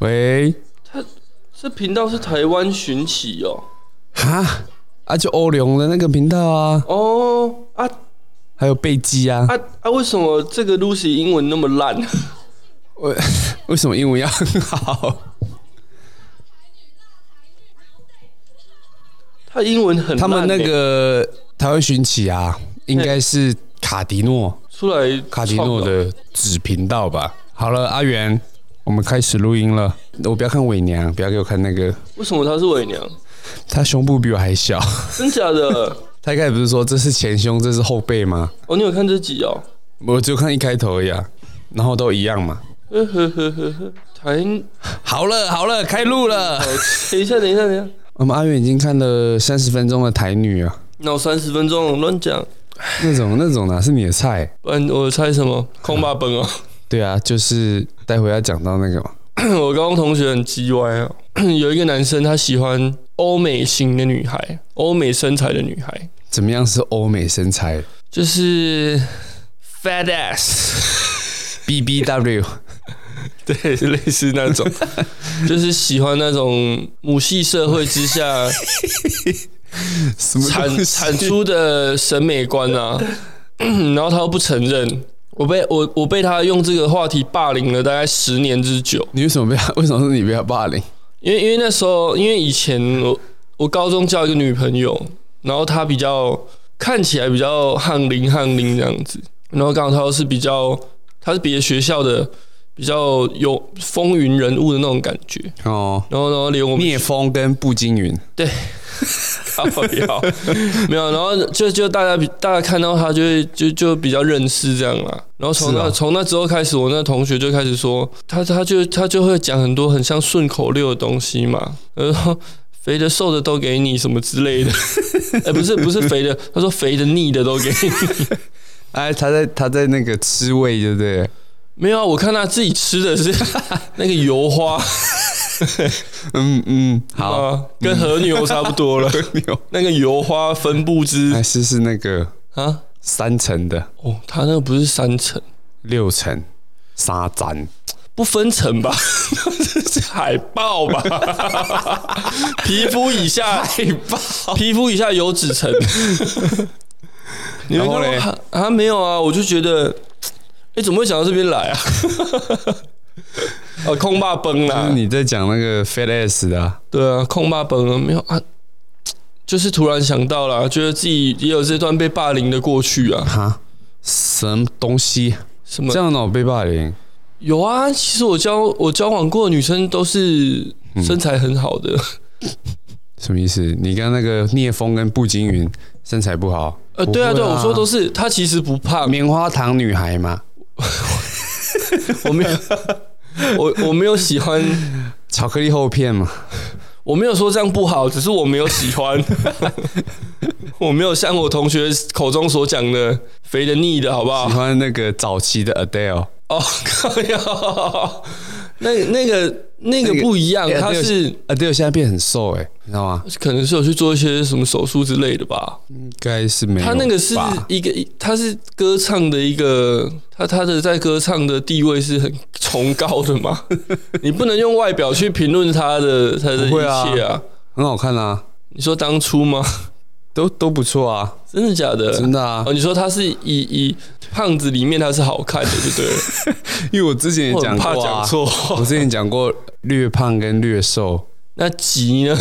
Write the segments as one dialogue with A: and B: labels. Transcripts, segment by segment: A: 喂，
B: 这频道是台湾寻奇哦。
A: 哈啊，就欧龙的那个频道啊，
B: 哦啊
A: 还有贝基啊，
B: 啊啊！为什么这个 Lucy 英文那么烂？
A: 为为什么英文要很好？
B: 她英文很烂欸、
A: 他们那个台湾寻奇啊，应该是卡迪诺
B: 出来
A: 卡迪诺
B: 创
A: 的子频道吧？好了，阿元，我们开始录音了。我不要看伪娘，不要给我看那个，
B: 为什么她是伪娘？
A: 她胸部比我还小。
B: 真假的？
A: 他一开始不是说这是前胸，这是后背吗？
B: 哦，你有看这集哦？
A: 我就看一开头而已啊，然后都一样嘛。
B: 呵呵呵呵呵，台
A: 好了好了，开录了。
B: 哦，等一下，等一下，等一下，
A: 我们阿远已经看了三十分钟的台女啊，
B: 闹三十分钟乱讲，
A: 那种那种哪是你的菜？
B: 不然我猜什么？空霸本哦。
A: 对啊，就是待会要讲到那个嘛。
B: 我高中同学很鸡歪啊， 有一个男生他喜欢欧美型的女孩，欧美身材的女孩，
A: 怎么样是欧美身材
B: 就是 fat ass，
A: ？B B W
B: 对，类似那种， 就是喜欢那种母系社会之 下
A: 什么
B: 产
A: 东西
B: 产出的审美观啊， 然后他又不承认。我被我我被他用这个话题霸凌了大概十年之久，
A: 你为什么被他？为什么是你被他霸凌？
B: 因为因为那时候，因为以前我我高中交一个女朋友，然后她比较看起来比较汗淋汗淋这样子，然后刚好她又是比较她是别的学校的比较有风云人物的那种感觉，
A: 哦，
B: 然后然后连我们
A: 聂风跟步惊云，
B: 靠腰没有，然后就就大家比大家看到她就会就就比较认识这样啦，然后从
A: 是啊
B: 那从、那之后开始，我那同学就开始说他他就他就会讲很多很像顺口溜的东西嘛，然后。肥的瘦的都给你什么之类的，哎、不是不是肥的，他说肥的腻的都给你。
A: 哎，他在他在那个吃味，对不对？
B: 没有啊，我看他自己吃的是那个油花，
A: 嗯嗯，好，嗯
B: 啊，跟和牛差不多了。
A: 牛，哎
B: 那个油花分布之
A: 来试试那个
B: 啊，
A: 三层的。
B: 哦，他那个不是三层，
A: 六层沙展，
B: 不分层吧？ 这是海豹吧？ 皮肤以下，皮肤以下油脂层。你们
A: 然后嘞
B: 看过啊？没有啊，我就觉得，哎、怎么会想到这边来啊？ 啊，空霸崩
A: 就
B: 啦
A: 是！你在讲那个 Fat S 的、啊，
B: 对啊，空霸崩啊，没有啊，就是突然想到啦，觉得自己也有这段被霸凌的过去啊。
A: 哈，什么东西？
B: 什么
A: 这样呢？我被霸凌，
B: 有啊，其实我交我交往过的女生都是
A: 嗯
B: 身材很好的，
A: 什么意思？你刚刚那个聂风跟步惊云身材不好，
B: 呃，对啊，
A: 不
B: 对
A: 会
B: 啊，我说都是她其实不胖，
A: 棉花糖女孩嘛，
B: 我没有，我我没有喜欢，
A: 巧克力厚片嘛，
B: 我没有说这样不好，只是我没有喜欢， 我没有像我同学口中所讲的肥的腻的，好不好
A: 喜？欢那个早期的 Adele，
B: 哦， 靠呀，那那个那个
A: 那个
B: 不一样，
A: 哎
B: 他
A: 那个
B: 是
A: Adele 现在变很瘦哎、你知道吗？
B: 可能是有去做一些什么手术之类的吧。
A: 应该是没有吧。
B: 他那个是一个，他是歌唱的一个，他他的在歌唱的地位是很崇高的嘛， 你不能用外表去评论他的他的一
A: 不会啊
B: 切啊。
A: 很好看啊，
B: 你说当初吗？
A: 都都不错啊，
B: 真的假的？
A: 真的啊
B: 哦，。你说他是以以胖子里面他是好看的，对不 对了？
A: 因为我之前也
B: 呃我很
A: 讲
B: 怕
A: 过、啊，
B: 讲错
A: 我
B: 话。
A: 之前讲过略胖跟略瘦，
B: 那极呢？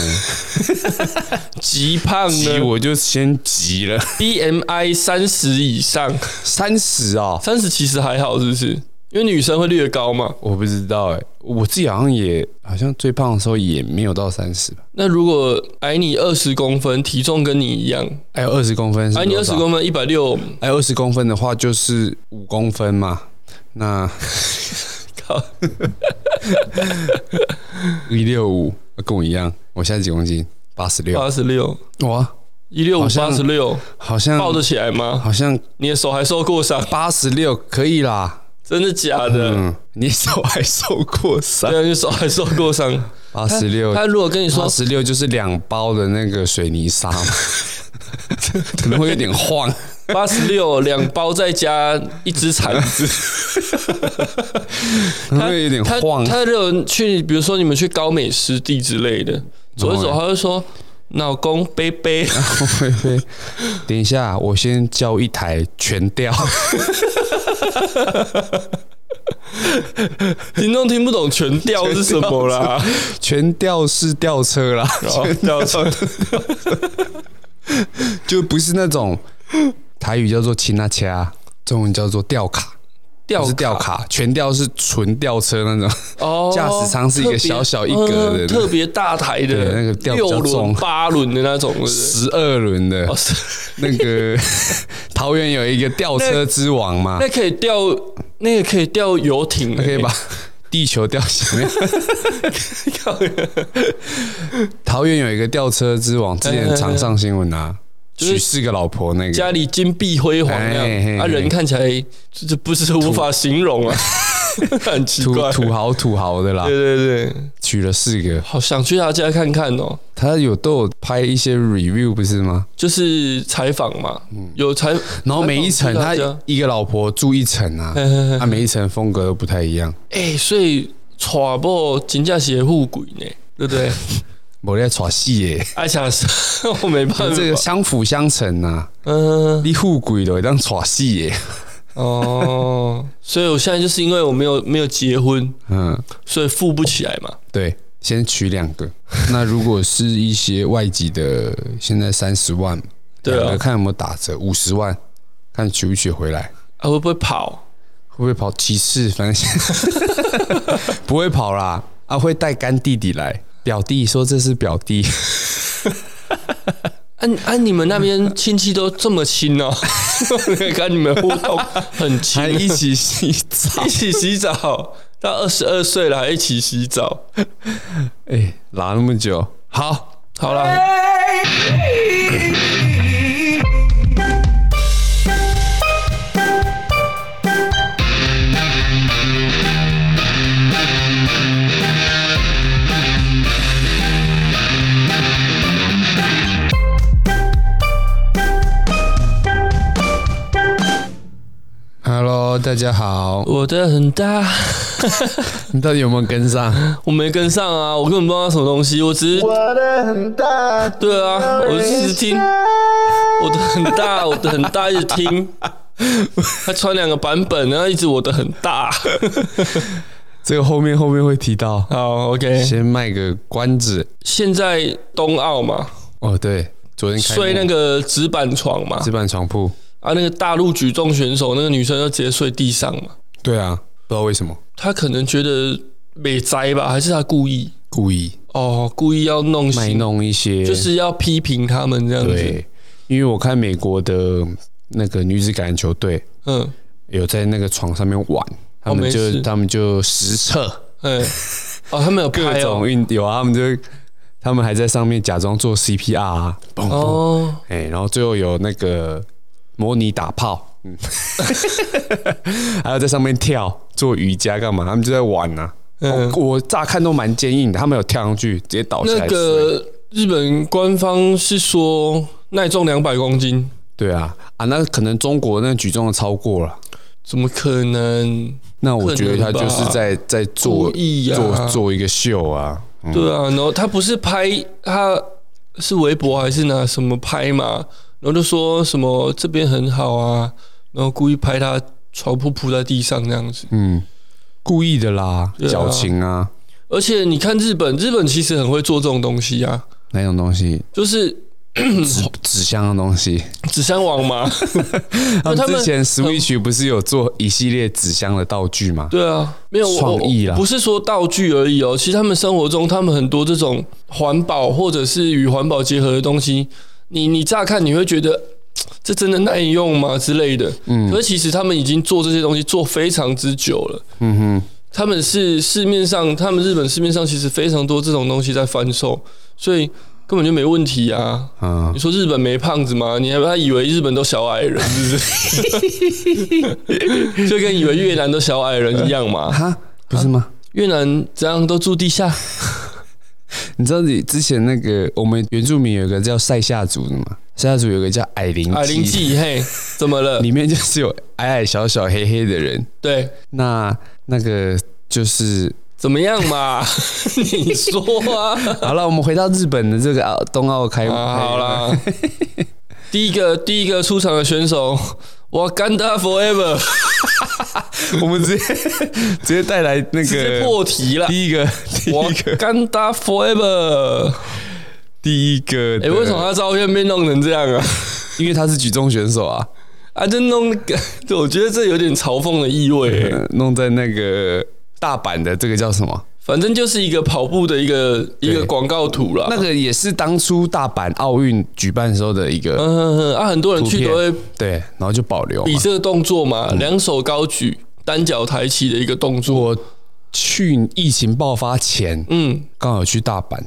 B: 极胖
A: 急
B: 呢
A: 嗯我就先急了，
B: ？BMI 三十以上，
A: 三十啊，
B: 三十其实还好，是不是？因为女生会略高嘛。
A: 我不知道哎、我自己好像也好像最胖的时候也没有到三十吧，
B: 那如果矮你二十公分，体重跟你一样，
A: 还哎有二十公分是
B: 啊矮你二十公分一百六，
A: 还有二十公分的话就是五公分嘛，那
B: 靠，
A: 一六五跟我一样，我现在几公斤？八十六，
B: 八十六，
A: 哇，
B: 一六五
A: 好像
B: 八十六，
A: 好像
B: 抱得起来吗？
A: 好像
B: 你的手还受过伤？
A: 八十六可以啦，
B: 真的假的？
A: 嗯，你手还受过伤，
B: 对啊，你手还受过伤。
A: 八十六。
B: 他如果跟你 说
A: 八 十六就是两包的那个水泥沙嘛，可能会有点晃，
B: 八十六两包再加一只铲 子。
A: 可能会有点
B: 他
A: 晃。
B: 他有人去，比如说你们去高美湿地之类的，走一走，他就说老公 贝贝，
A: 菲菲，等一下，我先叫一台全调。
B: 听众听不懂全调是什么 啦，哦
A: 全调式吊车啦，
B: 然后调 成
A: 就不是那种台语叫做“亲那掐”，中文叫做吊卡，
B: 吊
A: 不是吊卡，全吊是纯吊车那 种，
B: 哦，
A: 驾驶舱是一个
B: 特别
A: 小小一格的
B: 嗯特别大台的
A: 对那个吊比较
B: 六轮
A: 重
B: 八轮的那种，对 不对
A: 十二轮的
B: 哦，。是
A: 那 个桃园有一个吊车之王嘛，
B: 那可以吊，那个可以吊游艇欸，
A: 那可以 把地球吊起来。
B: 靠
A: 桃园有一个吊车之王，之前常上新闻啊，
B: 哎就是
A: 娶四个老婆那个。
B: 家里金碧辉煌那
A: 哎嘿
B: 样，啊，
A: 嘿
B: 人看起来这这不是无法形容 啊，很奇
A: 土
B: 怪。
A: 土啊豪土豪的啦
B: 对，对对，
A: 娶了四个，
B: 好想去他家看看哦。
A: 他有都有拍一些 review 不是吗？
B: 就是采访嘛，
A: 嗯
B: 有采，
A: 然后每一层他
B: 采访去他家
A: 一个老婆住一层 啊，
B: 嘿嘿嘿
A: 他每一层风格都不太一样。
B: 哎，所以娶某真正是护鬼呢，对不对？
A: 我在耍戏 耶，
B: 阿强，我没办
A: 这个
B: 法，
A: 相辅相成啊，
B: 嗯，
A: 你富贵的当耍戏耶，
B: 哦，所以我现在就是因为我没有没有结婚，
A: 嗯。
B: 所以富不起来嘛。
A: 对，先取两 个。那如果是一些外籍的，现在三十万，
B: 对啊
A: 两个看有没有打折，五十万，看取不取回来，
B: 啊，会不会跑？
A: 会不会跑骑士？反正 现 不会跑啦，啊，会带干弟弟来，表弟说这是表 弟，
B: 啊啊！你们那边亲戚都这么亲 哦，跟你们互动很亲
A: 还，一起洗澡。
B: 一起洗澡，到二十二岁了还一起洗澡。
A: 哎、拉那么久，好，
B: 好啦，
A: ，Hello，大家好，
B: 我的很大，
A: 你到底有没有跟上？
B: 我没跟上啊，我根本不知道什么东西，我只是
C: 我的很大，
B: 对啊，我只是听我的很大，我的很大，一直听。他传两个版本，然后一直我的很大。
A: 这个后面后面会提到，
B: 好，OK。
A: 先卖个关子。
B: 现在冬奥嘛，
A: 哦，对，昨天开
B: 睡
A: 幕
B: 那个纸板床嘛，
A: 纸板床铺。
B: 啊，那个大陆举重选手那个女生就直接睡地上嘛，
A: 对啊，不知道为什么
B: 她可能觉得美哉吧，还是她故意
A: 故意
B: 哦，故意要弄
A: 卖
B: 醒，
A: 弄一些，
B: 就是要批评他们这样子。
A: 对，因为我看美国的那个女子橄榄球队
B: 嗯，
A: 有在那个床上面玩，他们
B: 没
A: 就、
B: 事
A: 他们就实测
B: 哎，哦，他们有
A: 各
B: 拍
A: 种
B: 哦，
A: 运，有啊，他们就他们还在上面假装做 CPR 啊，嘣嘣，
B: 哦，
A: 哎、然后最后有那个模拟打炮，嗯， 还有在上面跳做瑜伽干嘛，他们就在玩啊。
B: 嗯
A: 我我乍看都蛮坚硬的，他们有跳上去直接倒下来
B: 那
A: 摔。
B: 个日本官方是说耐重两百公斤，
A: 对啊，啊，那可能中国那举重的超过了，
B: 怎么可能？
A: 那我觉得他就是在在做
B: 故意啊
A: 做做一个秀啊，
B: 对啊，然后他不是拍他是微博还是拿什么拍嘛，然后就说什么这边很好啊，然后故意拍他床铺铺在地上那样子。
A: 嗯，故意的啦，
B: 对啊
A: 矫情啊，
B: 而且你看日本，日本其实很会做这种东西啊，
A: 那种东西，
B: 就是嗯
A: 纸纸箱的东西。
B: 纸箱王嘛，
A: 他
B: 们
A: 们之前 Switch 不是有做一系列纸箱的道具吗？
B: 对啊，没有我
A: 创意啦
B: 我不是说道具而已哦，其实他们生活中他们很多这种环保或者是与环保结合的东西，你你乍看你会觉得。这真的耐用吗之类的？嗯，可是其实他们已经做这些东西做非常之久了。
A: 嗯
B: 他们是市面上，他们日本市面上其实非常多这种东西在贩售，所以根本就没问题啊。
A: 哼，嗯
B: 你，说日本没胖子吗？你还不还以为日本都小矮人，是不是？就跟以为越南都小矮人一样嘛。
A: 哈，不是吗？
B: 越南怎样都住地下，
A: 你知道你之前那个我们原住民有一个叫塞夏族的嘛？三下组有个叫矮灵
B: 矮灵
A: 记，
B: 记啊嘿，怎么了？
A: 里面就是有矮矮小小黑黑的人，
B: 对，
A: 那那个就是
B: 怎么样嘛？ 你说啊。
A: 好了，我们回到日本的这个奥冬奥开幕、
B: 啊，好，啦，第一个第一个出场的选手，我干他 forever
A: 我们直接 直接带来那
B: 直接
A: 个
B: 破题了。
A: 第一个第
B: 我
A: 一个
B: 干他 forever，
A: 第一个
B: 哎、
A: 的，
B: 为什么他照片被弄成这样啊？
A: 因为他是举重选手啊，
B: 啊，就弄那个，对我觉得这有点嘲讽的意味、欸
A: 呃弄在那个大阪的这个叫什么？
B: 反正就是一个跑步的一个一个
A: 对
B: 广告图啦。
A: 那个也是当初大阪奥运举办的时候的一个、
B: 嗯哼哼，啊，很多人
A: 图
B: 去
A: 片
B: 都会
A: 对，然后就保留嘛。
B: 比这个动作嘛，
A: 嗯
B: 两手高举，单脚抬起的一个动作。
A: 我去疫情爆发前，
B: 嗯，
A: 刚好去大阪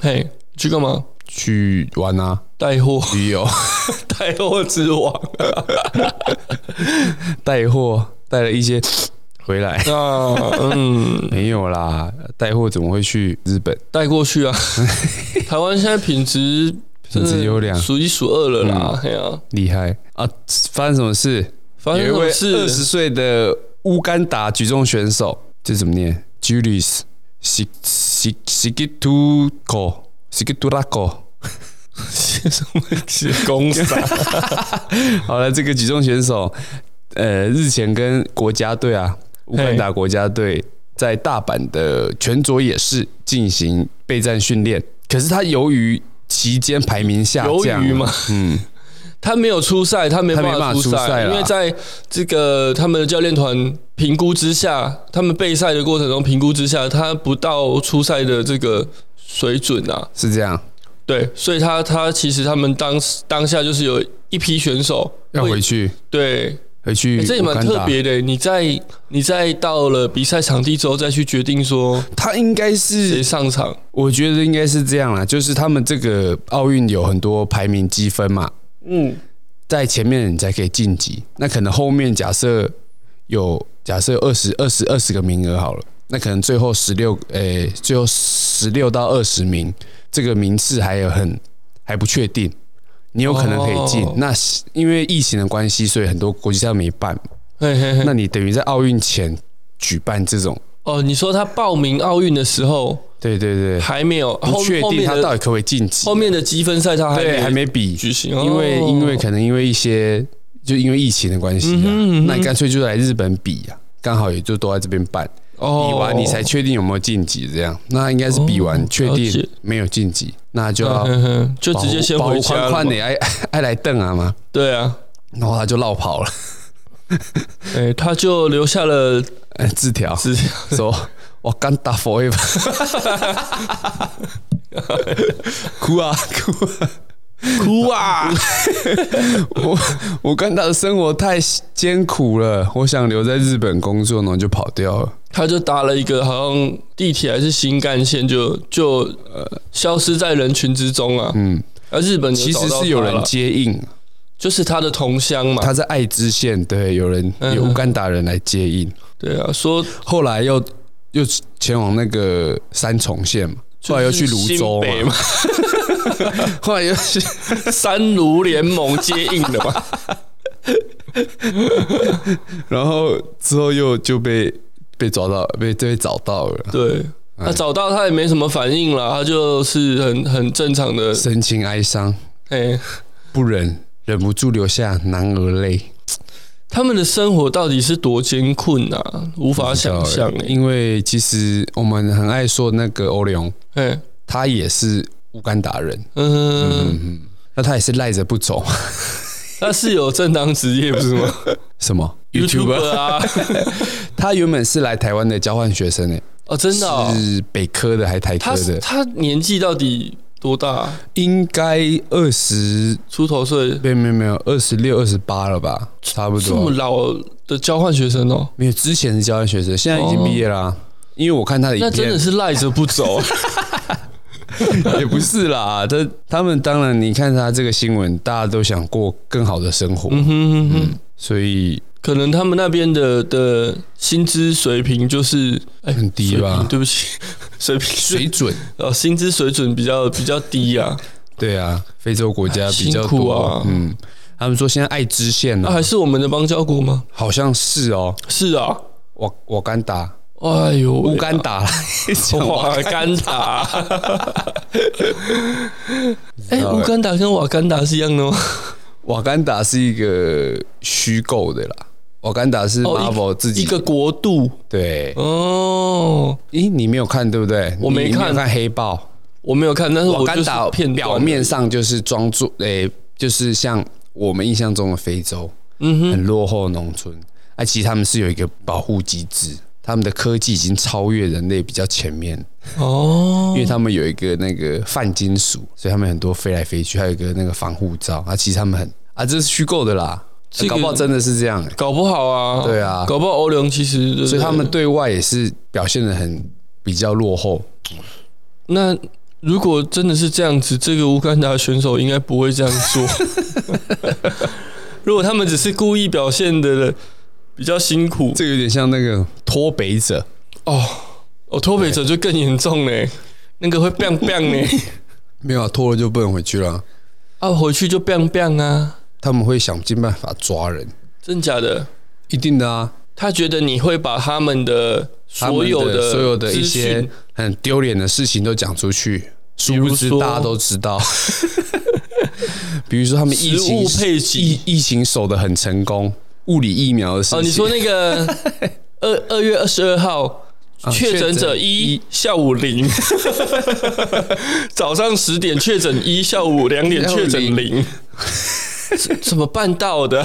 B: 嘿，去干嘛？
A: 去玩啊，
B: 带货，
A: 旅游
B: 带货之王。
A: 带货，带了一些 回来。
B: 啊，嗯，
A: 没有啦，带货怎么会去日本？
B: 带过去啊。 台湾现在品质
A: 品质优良嗯
B: 数一数二了啦。哎呀、
A: 厉害啊！发生什么事？
B: 反正
A: 有一位
B: 是
A: 二十岁的乌干达举重选手，这怎么念？Julius Sig Sig Sigituko Sigiturako。
B: 什么是 公司
A: 好了，这个举重选手，呃，日前跟国家队啊，乌干达国家队在大阪的全佐野市进行备战训练，可是他由于期间排名下
B: 鱿
A: 降，
B: 鱼嘛？
A: 嗯，
B: 他没有出赛，他没
A: 他没
B: 办法
A: 办法
B: 出
A: 出
B: 赛，
A: 赛啦
B: 因为在这个他们的教练团评估之下，他们备赛的过程中评估之下，他不到出赛的这个水准啊。
A: 是这样，
B: 对，所以他他其实他们当当下就是有一批选手
A: 要
B: 会
A: 回去
B: 对
A: 回去、
B: 欸、这也蛮特。别的欸，你在你在到了比赛场地之后再去决定说
A: 他应该是
B: 谁上场，
A: 我觉得应该是这样啦，就是他们这个奥运有很多排名积分嘛，
B: 嗯，
A: 在前面你才可以晋级，那可能后面假设有假设二十二十二十个名额好了，那可能最后十六诶，最后十六到二十名这个名次还有很还不确定，你有可能可以进。
B: 哦
A: 那因为疫情的关系，所以很多国际赛没办，
B: 嘿嘿嘿。
A: 那你等于在奥运前举办这种，
B: 哦，你说他报名奥运的时候
A: 对对对，
B: 还没有
A: 不
B: 后
A: 确
B: 后
A: 定
B: 面
A: 他到
B: 的
A: 底可不可以晋级
B: 后。面的积分赛他还
A: 对，还
B: 没
A: 没比，
B: 举行，
A: 因为
B: 哦
A: 因为可能因为一些就因为疫情的关系
B: 嗯
A: 啊，
B: 哼嗯哼
A: 那你干脆就来日本比啊，刚好也就都在这边办，
B: 哦
A: 比完你才确定有没有晋级这样。那应该是比完
B: 哦
A: 确
B: 了解
A: 定没有晋级，那就要
B: 嗯哼就直接先
A: 保
B: 回
A: 护
B: 家
A: 宽
B: 了
A: 宽
B: 嘛
A: 的爱 爱来瞪啊嘛，
B: 对啊，
A: 然后他就绕跑了，
B: 哎、他就留下了
A: 哎字条
B: 资料，
A: 说。我敢打 forever，哭啊哭啊！
B: 哭 啊，
A: 我 我跟他的生活太艰苦了，我想留在日本工作，然后就跑掉了。
B: 他就搭了一个好像地铁还是新干线就，就呃消失在人群之中啊。
A: 嗯，
B: 而日本
A: 其
B: 找
A: 实
B: 到
A: 是有
B: 他
A: 人
B: 了啊
A: 接应，
B: 就是他的同乡嘛，
A: 他在爱知县，对，有人
B: 嗯
A: 有乌干达人来接应，
B: 对啊，说
A: 后来又又前往那个三重县嘛，后来又去泸州
B: 就是新北
A: 嘛，
B: 嘛，
A: 后来又去，
B: 三卢联盟接应的嘛，
A: 然后之后又就被被抓到，被被找到了，
B: 对。
A: 哎
B: 那找到他也没什么反应啦，他就是很很正常的，
A: 深情哀伤，
B: 哎、
A: 不忍忍不住流下男儿泪，
B: 他们的生活到底是多艰困啊，无法想象
A: 知道欸
B: 哎、
A: 呃因为其实我们很爱说那个欧良，
B: 欸，哎
A: 他也是乌干达人，
B: 嗯，
A: 那他也是赖着不走，
B: 他是有正当职业不是吗
A: 什么
B: ？YouTuber 啊，
A: 他原本是来台湾的交换学生诶、
B: 哦，真的哦、
A: 是北科的还台科
B: 他
A: 的，
B: 他年纪到底多大啊、
A: 应该二十，
B: 出头岁
A: 没有没有没有，二十六、二十八了吧，差不
B: 这
A: 多。
B: 么老的交换学生哦、
A: 没有之前是交换学生，现在已经毕业啦、因为我看他的
B: 哦那
A: 影
B: 真的
A: 片，
B: 是赖着不走啊、
A: 也不是啦。他他们当然，你看他这个新闻，大家都想过更好的生活，
B: 嗯哼哼哼。
A: 所以
B: 可能他们那边的的薪资水平就是哎
A: 很低吧
B: 水平对不起，水平是
A: 水准
B: 哦，薪资水准比较比较低啊。
A: 对啊，非洲国家比较
B: 辛苦
A: 多，
B: 啊
A: 嗯，他们说现在爱知县
B: 那、
A: 呢、
B: 啊还是我们的邦交国吗？
A: 好像是哦，
B: 是啊，
A: 瓦瓦干达、
B: 哎呦，
A: 乌干达 啦，
B: 瓦干 达，哎、
A: 欸
B: 乌干达跟瓦干达是一样的吗？
A: 瓦干达是一个虚构的啦，瓦干达是
B: 哦一
A: Marvel 自己、
B: 一个国度
A: 对，
B: 哦，
A: 咦，你没有看对不对？
B: 我
A: 你
B: 没
A: 你
B: 看
A: 看黑豹，
B: 我没有看，但是
A: 瓦
B: 我就
A: 干
B: 是
A: 达
B: 片段
A: 表，面上就是装作，诶、就是像我们印象中的非洲，
B: 嗯哼，
A: 很落后的农村，哎、其实他们是有一个保护机制，他们的科技已经超越人类比较前面，
B: 哦
A: 因，为他们有一个那个泛金属，所以他们很多飞来飞去，还有一个那个防护罩啊，其实他们很啊，这是虚构的啦，
B: 这个
A: 搞不好真的是这样、欸，
B: 搞不好啊，
A: 对啊
B: 搞不好欧良其实就是，
A: 所以他们对外也是表现的很比较落后，
B: 那如果真的是这样子，这个乌干达选手应该不会这样做。 如果他们只是故意表现的比较辛苦，
A: 这个有点像那个脱北者，
B: 哦，哦，脱北者就更严重嘞，那个会 biang biang 呢，
A: 没有啊，脱了就不能回去了，
B: 啊，回去就 biang biang 啊，
A: 他们会想尽办法抓人，
B: 真假的？
A: 一定的啊，
B: 他觉得你会把他们的
A: 他们
B: 所有的
A: 所有的一
B: 资
A: 些
B: 讯
A: 很丢脸的事情都讲出去，殊
B: 如
A: 不知
B: 说
A: 大家都知道。 比如说他们疫
B: 食物
A: 情
B: 配给
A: 疫疫情守得很成功，物理疫苗的事情。
B: 哦，你说那个 二二月二十二号
A: 啊
B: 确诊者一下午 零，早上十点确诊一，下午两点确诊 零，怎怎么办到 的？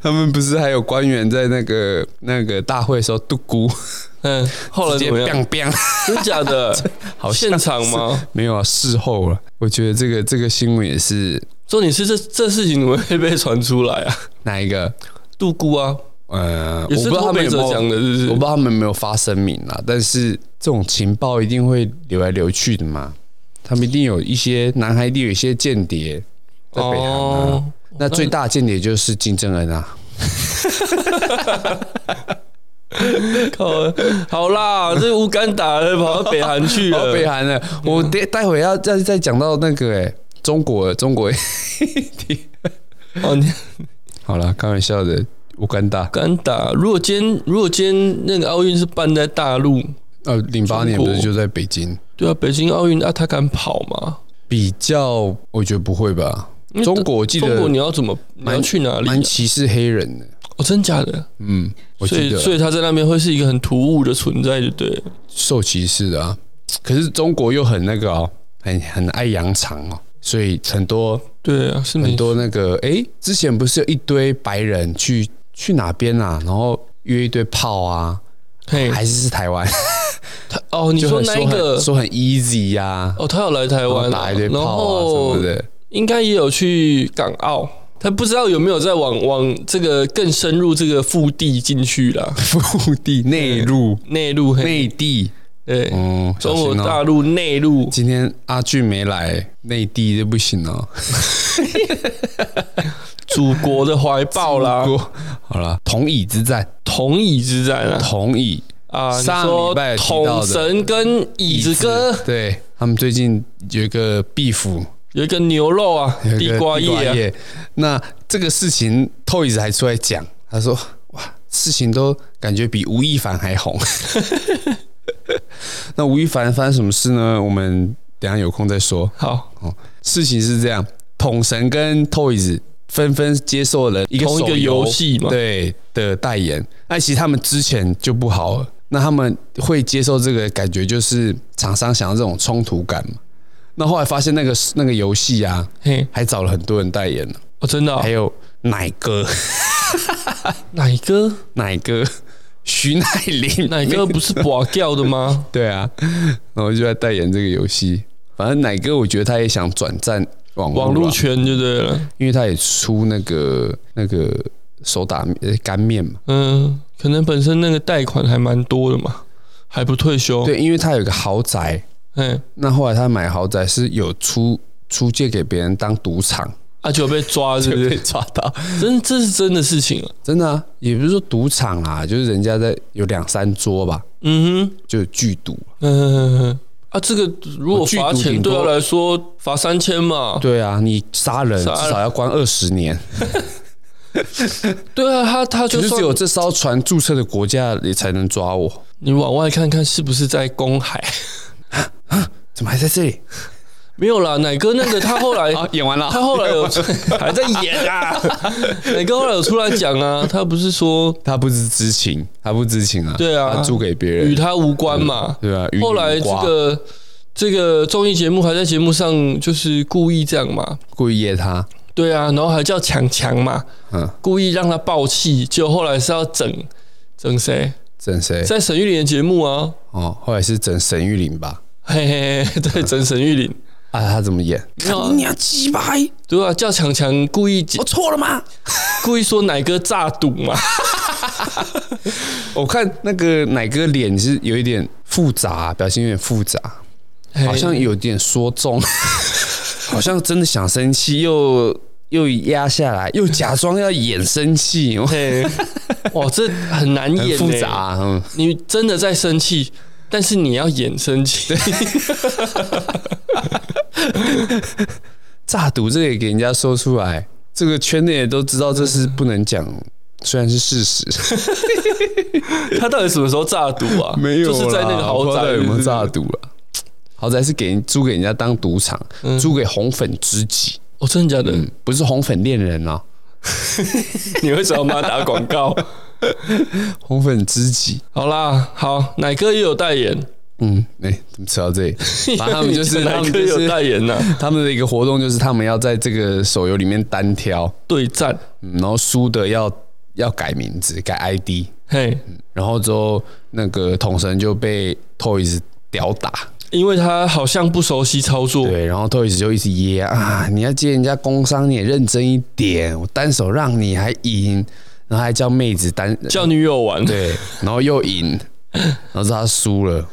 A: 他们不是还有官员在那个那个大会的时候嘟咕，
B: 嗯，后来
A: 直接
B: 怎么样？
A: biang biang，
B: 真假的？
A: 好像
B: 现场吗？
A: 没有啊，事后了。我觉得这个这个新闻也是
B: 重点是这这事情怎么会被传出来啊？
A: 哪一个？
B: 杜姑啊，
A: 呃，我
B: 也
A: 不知
B: 是
A: 道他
B: 脱
A: 们
B: 北
A: 有
B: 者
A: 没有
B: 讲的，是
A: 我不
B: 不是
A: 知？道他们有没有发声明啦，但是这种情报一定会流来流去的嘛，他们一定有一些南海里有一些间谍在北韩啊。
B: 哦，
A: 那最大间谍就是金正恩啊，
B: 哦靠，好啦，这乌干达的 跑到北韩去
A: 哦，
B: 了，
A: 北韩呢？
B: 嗯
A: 我待待会要再再讲到那个哎、中国中国
B: 哦，你
A: 好了，开玩笑的，乌干达
B: 敢打？如果今天如果今天那个奥运是办在大陆，
A: 呃，零八年
B: 中
A: 不
B: 国
A: 是就在北京？
B: 对啊，北京奥运啊，他敢跑吗？
A: 比较我觉得不会吧，
B: 因为
A: 中国我记
B: 中国
A: 得
B: 你要怎么你要去哪里啊、
A: 蛮歧视黑人的，
B: 哦，真假的？
A: 嗯，我
B: 所
A: 记
B: 以
A: 得啊
B: 所以他在那边会是一个很突兀的存在，就对了。
A: 受歧视的啊。可是中国又很那个哦，很很爱扬长哦，所以很多
B: 对啊，是
A: 很
B: 没
A: 多那个诶，之前不是有一堆白人去去哪边啊，然后约一堆炮啊，
B: 嘿
A: 还是是台湾，
B: 哦， 你
A: 就
B: 说
A: 很
B: 那一个
A: 很说很 easy 呀、啊，
B: 哦，他有来台
A: 然后
B: 湾啊，
A: 打一堆
B: 然
A: 炮啊
B: 后
A: 什么的。
B: 应该也有去港澳。他不知道有没有在往往这个更深入这个腹地进去啦，
A: 腹地内 陆
B: 内陆嘿，
A: 内地，
B: 对，
A: 嗯，小
B: 中
A: 心
B: 国
A: 哦
B: 大陆内陆
A: 今天阿俊没来，内地就不行哦。
B: 祖国的怀抱啦，
A: 好了，同椅之战，
B: 同椅之战啊
A: 同椅
B: 啊！你
A: 上
B: 说
A: 礼拜有提到
B: 桶
A: 的
B: 神跟椅子哥
A: 对他们最近有一个 beef，
B: 有一个牛肉啊，
A: 有一个
B: 地瓜叶啊，
A: 那这个事情，Toys 还出来讲，他说：“哇，事情都感觉比吴亦凡还 红。”那吴亦凡发生什么事呢？我们等一下有空再说。
B: 好，
A: 哦事情是这样，统神跟 Toys 纷纷接受了一个
B: 同一
A: 手
B: 个游戏嘛，
A: 对的代言。那其实他们之前就不好了，那他们会接受这个感觉，就是厂商想要这种冲突感嘛。那后来发现那个那个游戏啊，
B: 嘿，
A: 还找了很多人代言呢，
B: 哦，真的啊
A: 还，有奶哥、
B: 奶哥，
A: 奶哥、徐乃麟、
B: 奶哥不是拔掉的吗？
A: 对啊，然后就在代言这个游戏。反正奶哥，我觉得他也想转战网络啊
B: 网络
A: 吧，
B: 圈就对了，
A: 因为他也出那个那个手打面呃干面嘛。
B: 嗯，可能本身那个贷款还蛮多的嘛，还不退休，，
A: 对，因为他有个豪宅，
B: 哎，
A: 那后来他买豪宅是有出出借给别人当赌场，
B: 啊，就被抓，是不
A: 就
B: 是？
A: 被抓到，
B: 真，这是真的事情啊，
A: 真的啊，也不是说赌场啊，就是人家在有两三桌吧，
B: 嗯哼，
A: 就有剧赌，
B: 嗯哼哼哼，啊，这个如果
A: 我剧毒
B: 罚钱
A: 顶
B: 对
A: 多
B: 他来说罚三千嘛，
A: 对啊，你杀人
B: 杀人
A: 至少要关二十年，
B: 对啊，他他
A: 就是
B: 就
A: 只
B: 算
A: 有这艘船注册的国家也才能抓我。
B: 你往外看看是不是在公海，
A: 怎么还在这里？
B: 没有啦，奶哥那个他后 来
A: 演完了
B: 他后 来有还在演 啊，奶哥后来有出来讲啊，他不是说
A: 他不知知情，他不知情啊。
B: 对啊
A: 他租给别
B: 与
A: 人，
B: 他无关嘛，
A: 对啊。与你
B: 后来
A: 无
B: 这
A: 瓜
B: 个这个综艺节目还在节目上就是故意这样嘛，
A: 故意噎他，
B: 对啊，然后还叫强强嘛，
A: 嗯，
B: 故意让他爆气，结果后来是要整整谁，
A: 整谁？
B: 在沈玉琳的节目啊，
A: 哦，后来是整沈玉琳吧？
B: 嘿嘿嘿， 对，整沈玉琳，
A: 啊，他怎么演？
B: 没有啊
A: 看你娘鸡巴！哎
B: 对啊，叫强强故意
A: 我错了吗？
B: 故意说奶哥诈赌嘛，
A: 我看那个奶哥脸是有一点复杂，表情有点复杂，好像有点说 中，好像真的想生气，又又压下来，又假装要演生气，很
B: 嘿，嘿 哇，这很难演、欸，
A: 复杂、嗯，
B: 你真的在生气，但是你要演 生气，
A: 诈赌这个也给人家说出来，这个圈内也都知道这是不能讲，虽然是事实，
B: 他到底什么时候诈赌 啊？就是在那个豪宅
A: 有没有
B: 是不是
A: 诈赌了？豪宅是给人租给人家当赌场，
B: 嗯
A: 租给红粉知己，
B: 哦，真的 假的？
A: 嗯，不是红粉恋人啊，
B: 你为什么帮他打广 告？
A: 红粉知己。
B: 好啦，好，奶哥也有代言，
A: 嗯，哎、怎么扯到这 里？反正他们就是
B: 奶
A: 他们
B: 哥
A: 就
B: 有
A: 是
B: 代言啊呐、
A: 他们的一个活动，就是他们要在这个手游里面单挑，
B: 对战，
A: 嗯然后输的要要改名字、改 ID，
B: 嘿，
A: 然后之后那个统神就被 Toys 屌打，
B: 因为他好像不熟悉操作，
A: 对，然后 Toys 就一直噎啊，你要接人家工伤，你也认真一点，我单手让你还赢，然后还叫妹子单
B: 叫女友玩。对
A: 对，然后又赢，然后之后他输了。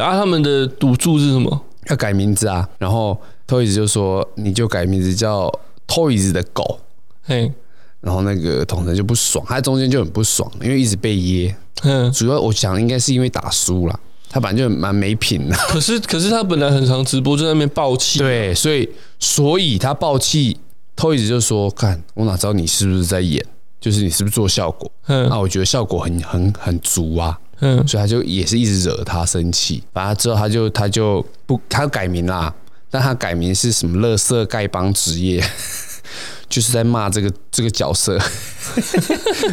B: 啊，他们的赌注是什么？
A: 要改名字啊，然后 Toys 就说你就改名字叫 Toys 的狗，
B: 嘿，
A: 然后那个统神就不爽，他中间就很不爽，因为一直被噎，
B: 嗯，
A: 主要我想应该是因为打输了，他本来就蛮没品的，
B: 可是可是他本来很常直播，就在那边爆气，
A: 对，所以所以他爆气，Toys 就说看我哪知道你是不是在演，就是你是不是做效果，
B: 嗯
A: 那我觉得效果很很很足啊，
B: 嗯，
A: 所以他就也是一直惹他生气。反正之后他就他就不他改名啦，但他改名是什么？乐色丐帮职业， 就是在骂这个这个角色，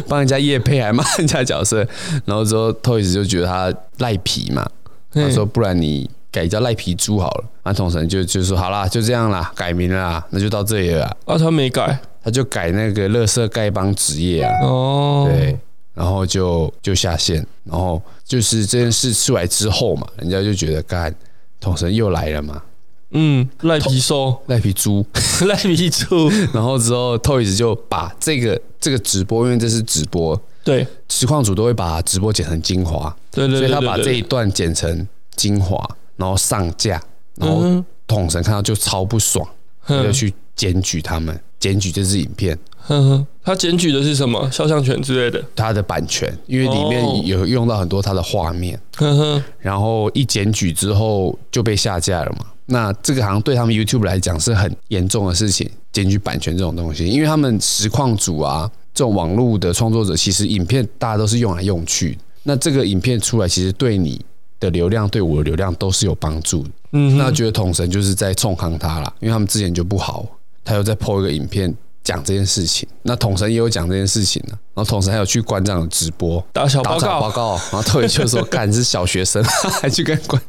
A: 帮人家叶配还骂人家角色。然后之后 Toys 就觉得他赖皮嘛，
B: 嘿
A: 他说不然你改叫赖皮猪好了。那统神就就说好啦，就这样啦，改名啦，那就到这里了啦。
B: 啊，他没改
A: 他就改那个乐色丐帮职业啊。
B: 哦，
A: 对，然后就就下线，然后就是这件事出来之后嘛，人家就觉得干统神又来了嘛，
B: 嗯，赖皮兽，
A: 赖皮猪，
B: 赖皮猪，
A: 然后之后 Toys 就把这个这个直播，因为这是直播，
B: 对
A: 实况组都会把直播剪成精华，
B: 对对
A: 所
B: 对
A: 以
B: 对
A: 他把
B: 对
A: 这一段剪成精华，然后上架，然后
B: 嗯
A: 统神看到就超不爽，他就
B: 哼
A: 去检举他们，检举这支影片。
B: 哼哼，他检举的是什么肖像权之类的，
A: 它的版权，因为里
B: 哦
A: 面有用到很多它的画面，
B: 哼哼，
A: 然后一检举之后就被下架了嘛。那这个好像对他们 YouTube 来讲是很严重的事情，检举版权这种东西，因为他们实况组啊，这种网络的创作者，其实影片大家都是用来用去的。那这个影片出来，其实对你的流量、对我的流量都是有帮助的。
B: 嗯哼，
A: 那觉得统神就是在冲康他啦，因为他们之前就不好，他又在 PO 一个影片讲这件事情。那统神也有讲这件事情呢、然后统神还有去馆长的直播，
B: 打小报
A: 打扫
B: 告
A: 报，告，然后特别就说干是小学生， 还去跟官。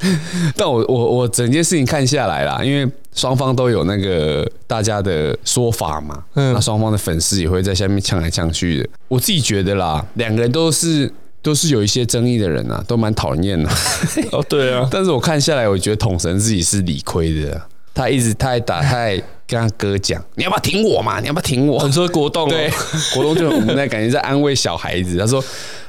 A: 但我我我整件事情看下来啦，因为双方都有那个大家的说法嘛，
B: 嗯
A: 那双方的粉丝也会在下面呛来呛去的。我自己觉得啦，两个人都是都是有一些争议的人啊，都蛮讨厌的。
B: 哦，对啊，
A: 但是我看下来，我觉得统神自己是理亏的啊，他一直他还打，他还跟他哥讲，你要不要挺我嘛？你要不要挺我？
B: 很说国栋、哦，
A: 对，国栋就很无奈，感觉在安慰小孩子。他说：“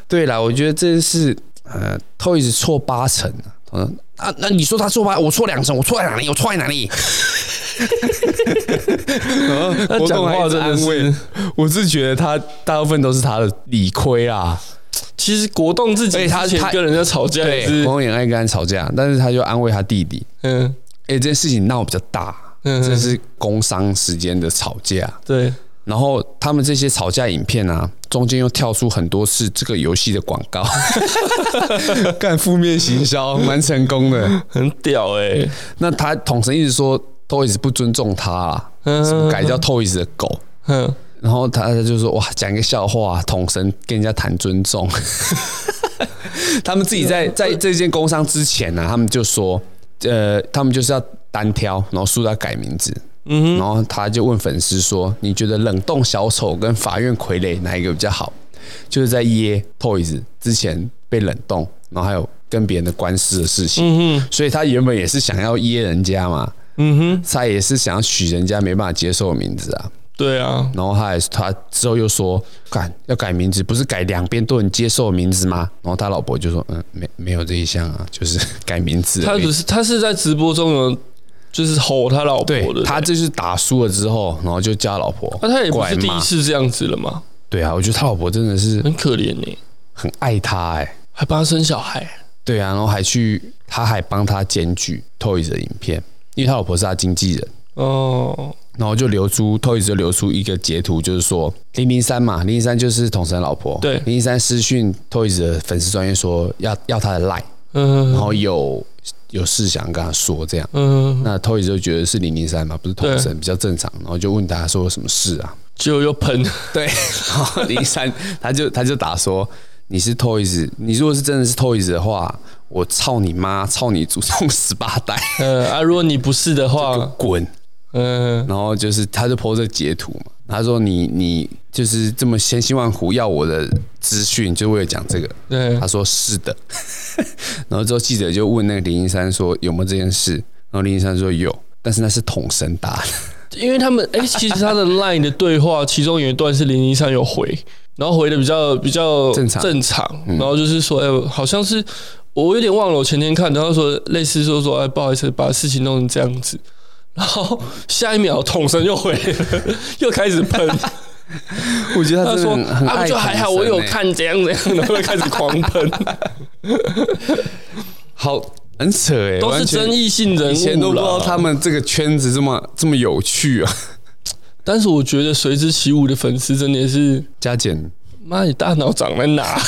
A: 对啦，我觉得这件事，呃，Toys 错八成啊。”我说：“啊，那你说他错八，我错两成，我错在哪里？我错在哪里？”然后
B: 他
A: 国
B: 讲
A: 栋还
B: 话
A: 一直
B: 真的
A: 安慰
B: 是，
A: 我是觉得他大部分都是他的理亏啦。
B: 其实国栋自己
A: 而且他
B: 之前
A: 他
B: 跟人家吵架
A: 对，
B: 也是，
A: 王也爱跟他吵架，但是他就安慰他弟弟，
B: 嗯
A: 哎、这件事情闹比较大，
B: 嗯，
A: 这是工商时间的吵架。
B: 对，
A: 然后他们这些吵架影片啊，中间又跳出很多次这个游戏的广告， 干负面行销，蛮成功的。
B: 很屌哎，
A: 那他统神一直说 Toys 不尊重他啊，
B: 嗯
A: 什么改叫 Toys 的狗。
B: 嗯，
A: 然后他就说：“哇，讲一个笑话，统神跟人家谈尊重。 他们自己
B: 啊
A: 在在这件工商之前呢、啊他们就说，呃，他们就是要单挑，然后输到改名字。嗯，然后他就问粉丝说：你觉得冷冻小丑跟法院傀儡哪一个比较好？就是在耶 Toys 之前被冷冻，然后还有跟别人的官司的事情。
B: 嗯哼，
A: 所以他原本也是想要噎人家嘛，
B: 嗯哼，
A: 他也是想要取人家没办法接受的名字啊。”
B: 对啊，
A: 然后他还他之后又说，干要改名字，不是改两边都能接受的名字吗？然后他老婆就说，嗯，没没有这一项啊，就是改名字啊
B: 他
A: 而已。
B: 只是他是在直播中有就是吼他老
A: 对
B: 婆的，
A: 他就是打输了之后，然后就叫他老婆
B: 啊那他也不
A: 过来
B: 是第一
A: 骂。
B: 次这样子了嘛，
A: 对啊，我觉得他老婆真的是
B: 很可怜欸呢，
A: 很爱他哎、
B: 还帮他生小孩，
A: 对啊，然后还去他还帮他检举 Toys 的影片，因为他老婆是他经纪人。
B: 哦，
A: 然后就流出 Toys 就流出一个截图，就是说零零三嘛，零零三就是统神老婆，
B: 对
A: 零零三私讯 Toys 的粉丝专业说要要他的 line，然
B: 嗯
A: 后有有事想跟他说这样，
B: 嗯，
A: 那 Toys 就觉得是零零三嘛，不是统
B: 对
A: 神比较正常，然后就问他说有什么事啊？
B: 结果又喷，
A: 对，然后 零三他就他就打说你是 Toys，你如果是真的是 Toys 的话，我操你妈，操你祖宗十八代，
B: 嗯啊，如果你不是的
A: 给我
B: 话，
A: 滚！
B: 嗯，
A: 然后就是他就 po 这截图嘛，他说你你就是这么千辛万苦要我的资讯，就为了讲这个。
B: 对
A: 他，说是的， 然后之后记者就问那个林一山说有没有这件事，然后林一山说有，但是那是统神打 的，
B: 因为他们哎、其实他的 LINE 的对话，其中有一段是零零三有回，然后回的比较比较
A: 正常嗯
B: 正常，然后就是说，哎、好像是我有点忘了，我前天看，然后说类似说说，哎，不好意思，把事情弄成这样子，然后下一秒统神又回 了，又开 始喷，
A: 我觉得
B: 他说啊，不就还好，我有
A: 欸
B: 看怎样怎样，然后又开始狂喷，
A: 好很扯哎、
B: 都是
A: 完全
B: 争议性人物
A: 以前都不知道
B: 啦
A: 他们这个圈子这么这么有趣啊。
B: 但是我觉得随之起舞的粉丝真的也是，
A: 加减
B: 妈，你大脑长在 哪？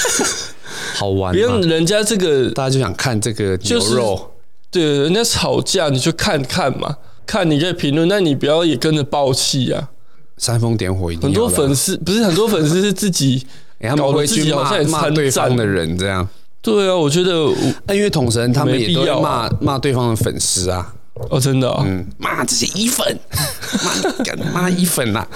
A: 好玩
B: 别
A: 吗
B: 人？人家这个
A: 大家就想看这个牛
B: 就是
A: 肉，
B: 对，人家吵架你就看看嘛，看你可以评论，但你不要也跟着爆气啊。
A: 煽风点火一定
B: 很多
A: 要的啊
B: 粉丝不是很多粉丝是自己，
A: 欸、他们
B: 搞得
A: 会
B: 自
A: 去
B: 己好
A: 骂
B: 像也
A: 骂
B: 参
A: 对
B: 战
A: 方的人这样。
B: 对啊，我觉得我
A: 那因为统神他们
B: 没
A: 也
B: 必
A: 都
B: 要
A: 会骂
B: 啊
A: 骂对方的粉丝啊，
B: 哦真的、哦，
A: 嗯，骂这些衣粉， 骂干骂衣粉啊啦、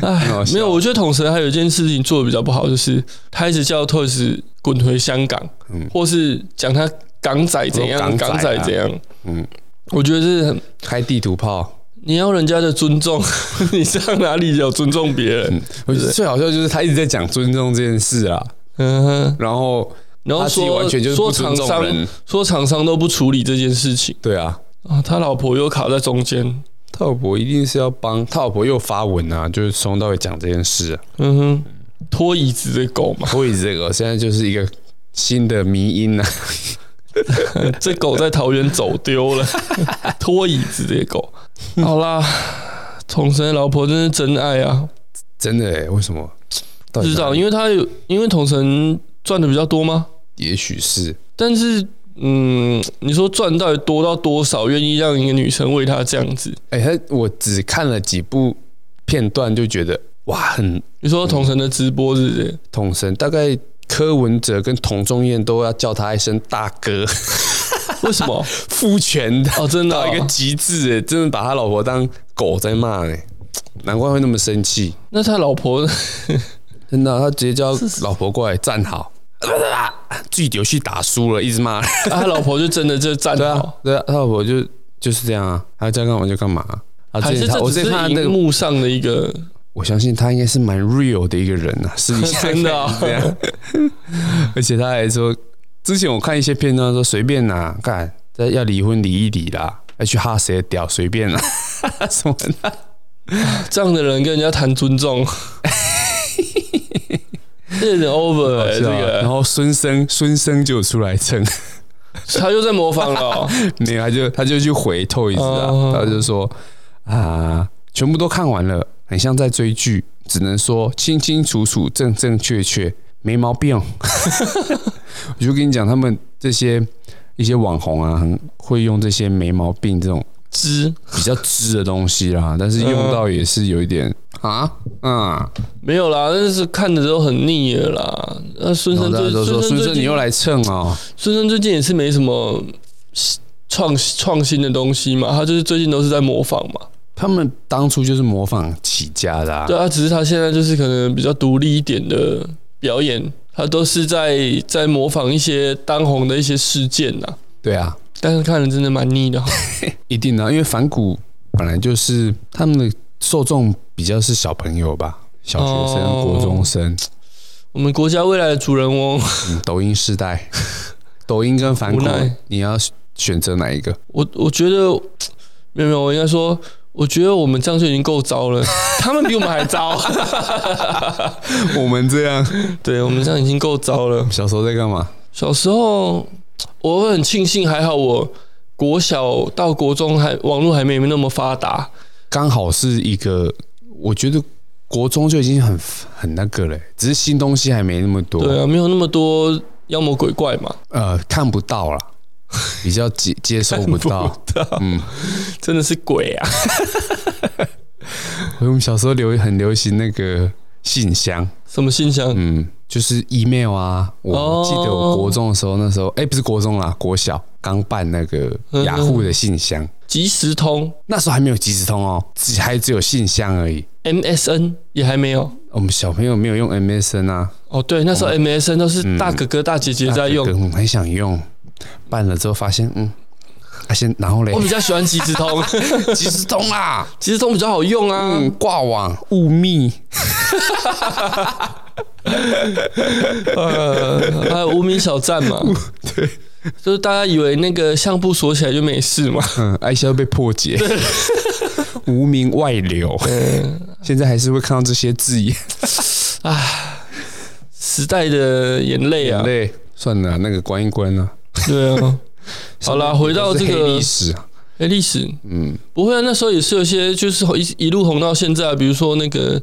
B: 哎
A: 很好笑
B: 没有，我觉得统神还有一件事情做的比较不好，就是他一直叫 Toys 滚回香港，或是讲他港仔怎
A: 说
B: 样，
A: 港
B: 嗯港
A: 仔啊
B: 仔怎样，
A: 嗯，
B: 我觉得这是很
A: 开地图炮。
B: 你要人家的尊重， 你上哪里有尊重别人？
A: 我觉得最好笑就是他一直在讲尊重这件事啊，
B: 嗯哼，
A: 然后
B: 然后
A: 他自己
B: 说
A: 完全就是不
B: 说
A: 尊
B: 厂
A: 重
B: 商
A: 人
B: 说厂商都不处理这件事情。
A: 对啊，
B: 啊，他老婆又卡在中间。
A: 他老婆一定是要帮他老婆又发文啊，就是从头到尾讲这件事、啊。
B: 嗯哼，拖椅子的狗 嘛，
A: 所以这个现在就是一个新的迷因啊，
B: 这狗在桃园走丢了， 拖椅子的狗。好啦，统神的老婆真是真爱啊！
A: 真的哎、为什么？到
B: 不
A: 底
B: 知道，
A: 哪里
B: 因为他有，因为统神赚的比较多吗？
A: 也许是
B: 但是，嗯，你说赚到底多到多少，愿意让一个女生为他这样子？
A: 哎、他我只看了几部片段就觉得哇，很
B: 你说统神的直播是不是？
A: 统神，大概柯文哲跟童仲彦都要叫他一声大哥，
B: 为什 么？
A: 父权
B: 哦，真的、
A: 到一个
B: 哦，
A: 极致，哎，真的把他老婆当狗在骂，哎，难怪会那么生气，
B: 那他老婆
A: 真的啊，他直接叫老婆过来站好，啊自己游戏打输了，一直骂，
B: 啊他老婆就真的就站
A: 对啊
B: 好，，
A: 对啊，他老婆就就是这样啊，他叫干嘛就干嘛啊。啊，
B: 还
A: 之
B: 是
A: 前他
B: 这
A: 我
B: 只
A: 之
B: 是
A: 前看他那
B: 荧
A: 个，
B: 幕上的一个
A: 我相信他应该是蛮 real 的一个人啊，私底下
B: 真 的啊
A: 这样，而且他还说，之前我看一些片段说随便啦、干，这要离婚离一离啦，要去哈谁的屌随便啦、 什么的
B: 这样的人跟人家谈尊重，这有点 over 哎、
A: 是
B: 这
A: 啊然
B: 个
A: 后孙生孙生就有出来蹭，
B: 他又在模仿了哦、
A: 没有他就他就去回透一次啊，
B: 哦
A: 他就说啊，全部都看完了，很像在追剧，只能说清清楚楚、正正确确，没毛病。 我就跟你讲，他们这些一些网红啊，很会用这些没毛病这种
B: 知
A: 比较知的东西啦，但是用到也是有一点
B: 嗯
A: 啊啊，
B: 没有啦，但是看的都很腻了啦。那孙
A: 然后
B: 生
A: 大
B: 最
A: 家都说孙
B: 最
A: 生你
B: 近
A: 又来蹭哦，
B: 孙生最近也是没什么创创新的东西嘛，他就是最近都是在模仿嘛。
A: 他们当初就是模仿起家的啊
B: 对，啊，只是他现在就是可能比较独立一点的表演，他都是在在模仿一些当红的一些事件呐、
A: 对啊，
B: 但是看了真的蛮腻的哦，
A: 一定的啊，因为反骨本来就是他们的受众比较是小朋友吧，小学生、
B: 哦
A: 国中生、
B: 我们国家未来的主人翁，
A: 嗯抖音世 代，抖音跟反骨
B: 无奈，
A: 你要选择哪一个？
B: 我我觉得没有没有，我应该说，我觉得我们这样就已经够糟了，他们比我们还糟。
A: 我们这样，
B: 对我们这样已经够糟了。
A: 小时候在干嘛？
B: 小时候我会很庆幸，还好我国小到国中还网络还没那么发达，
A: 刚好是一个，我觉得国中就已经很很那个了，只是新东西还没那么多，
B: 对啊，没有那么多妖魔鬼怪嘛，
A: 呃，看不到 啦，比较接接受不到。
B: 真的是鬼啊！
A: 我们小时候流很流行那个信箱，
B: 什么信箱？
A: 嗯，就是 email 啊。我
B: 哦
A: 记得我国中的时候，那时候哎、不是国中啦，国小刚办那个
B: 嗯
A: 雅虎的信箱，
B: 即时通、
A: 那时候还没有即时通哦，只还只有信箱而已。
B: MSN 也还没有。
A: 我们小朋友没有用 MSN 啊，
B: 哦，对，那时候 MSN 都是大哥哥大姐姐在用
A: 嗯大。哥哥很想用，办了之后发现嗯，啊先然后嘞
B: 我，比较喜欢即时通，
A: 即时通啦，
B: 即时通比较好用啊。
A: 嗯，挂网勿密，
B: 呃，还有无名小站嘛，
A: 嗯
B: 对，就是大家以为那个相簿锁起来就没事嘛，
A: 嗯，爱笑被破解， 无名外流，现在还是会看到这些字眼。
B: 时代的眼泪
A: 眼
B: 啊，
A: 泪，算了，那个关一关啊。
B: 对啊。好啦，回到这
A: 都是黑
B: 个
A: 历史啊，
B: 哎历史，
A: 嗯，
B: 不会啊，那时候也是有些就是一一路红到现在啊，比如说那个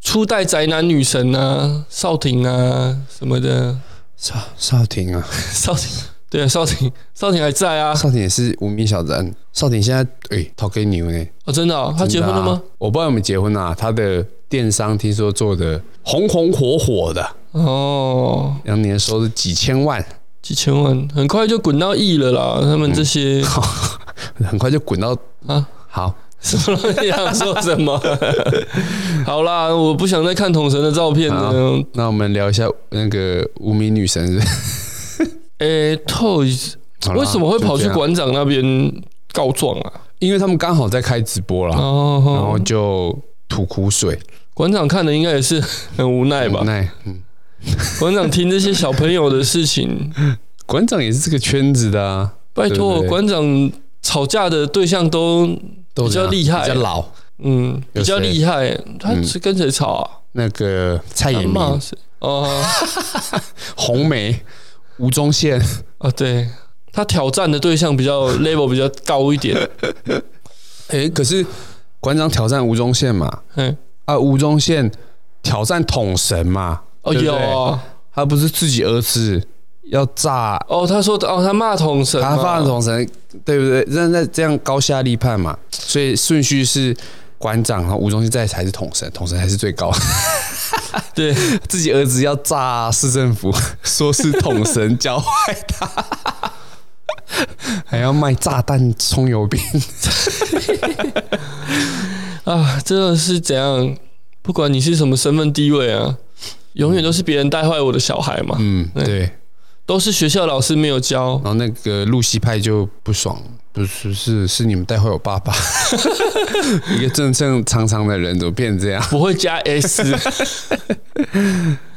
B: 初代宅男女神啊，少婷啊什么的，
A: 少少廷啊，
B: 少婷对啊，少婷少婷还在啊，
A: 少廷也是无名小站。少廷现在哎，讨给牛呢？
B: 哦真的哦，他结婚了
A: 真的
B: 吗
A: 啊？？我不知道有没有结婚啊。他的电商听说做的红红火火的，
B: 哦，
A: 两年收入几千万，
B: 几千万，很快就滚到亿了啦，他们这些。
A: 嗯很快就滚到
B: 啊
A: 好。
B: 什么东西想说什么？ 好啦，我不想再看统神的照片了。
A: 那我们聊一下那个无名女神是不 是
B: 诶、透
A: 好啦
B: 哎为什么会跑
A: 就
B: 去
A: 这样
B: 馆长那边告状啊？
A: 因为他们刚好在开直播啦，然后
B: 哦，
A: 就吐苦水，
B: 馆长看的应该也是 很无奈吧
A: 无？奈嗯，
B: 馆长听这些小朋友的事 情，
A: 馆长也是这个圈子的啊，
B: 拜
A: 对
B: 托，
A: 不对
B: 馆长吵架的对象都
A: 都
B: 比较
A: 这样
B: 厉害
A: 比较老。
B: 嗯
A: 有谁嗯
B: 比较厉害，他是跟谁吵啊？
A: 那个蔡
B: 他
A: 衍
B: 骂
A: 明、
B: 谁？哦
A: 红梅、吴宗宪，
B: 啊，对他挑战的对象 比较 level 比较高一点，
A: 哎、可是馆长挑战吴宗宪嘛，
B: 嗯，
A: 啊，吴宗宪挑战统神嘛，
B: 哦
A: 对不
B: 有
A: 对
B: 啊。
A: 他不是自己儿子要炸，
B: 哦，他说的哦，他骂统神嘛，
A: 他放统神，对不对？那那这样高下立判嘛，所以顺序是。馆长，然后吴宗宪再才是统神，统神还是最高。
B: 对，
A: 自己儿子要炸市政府，说是统神教坏 他，还要卖炸弹葱油饼。
B: 啊，真的是怎样？不管你是什么身份地位啊，永远都是别人带坏我的小孩嘛，
A: 嗯，
B: 对
A: 对。
B: 都是学校老师没有教
A: 然。后那个露西派就不爽，不是是是你们带坏我爸 爸，一个正正常常的人怎么变这样？
B: 不会加 S，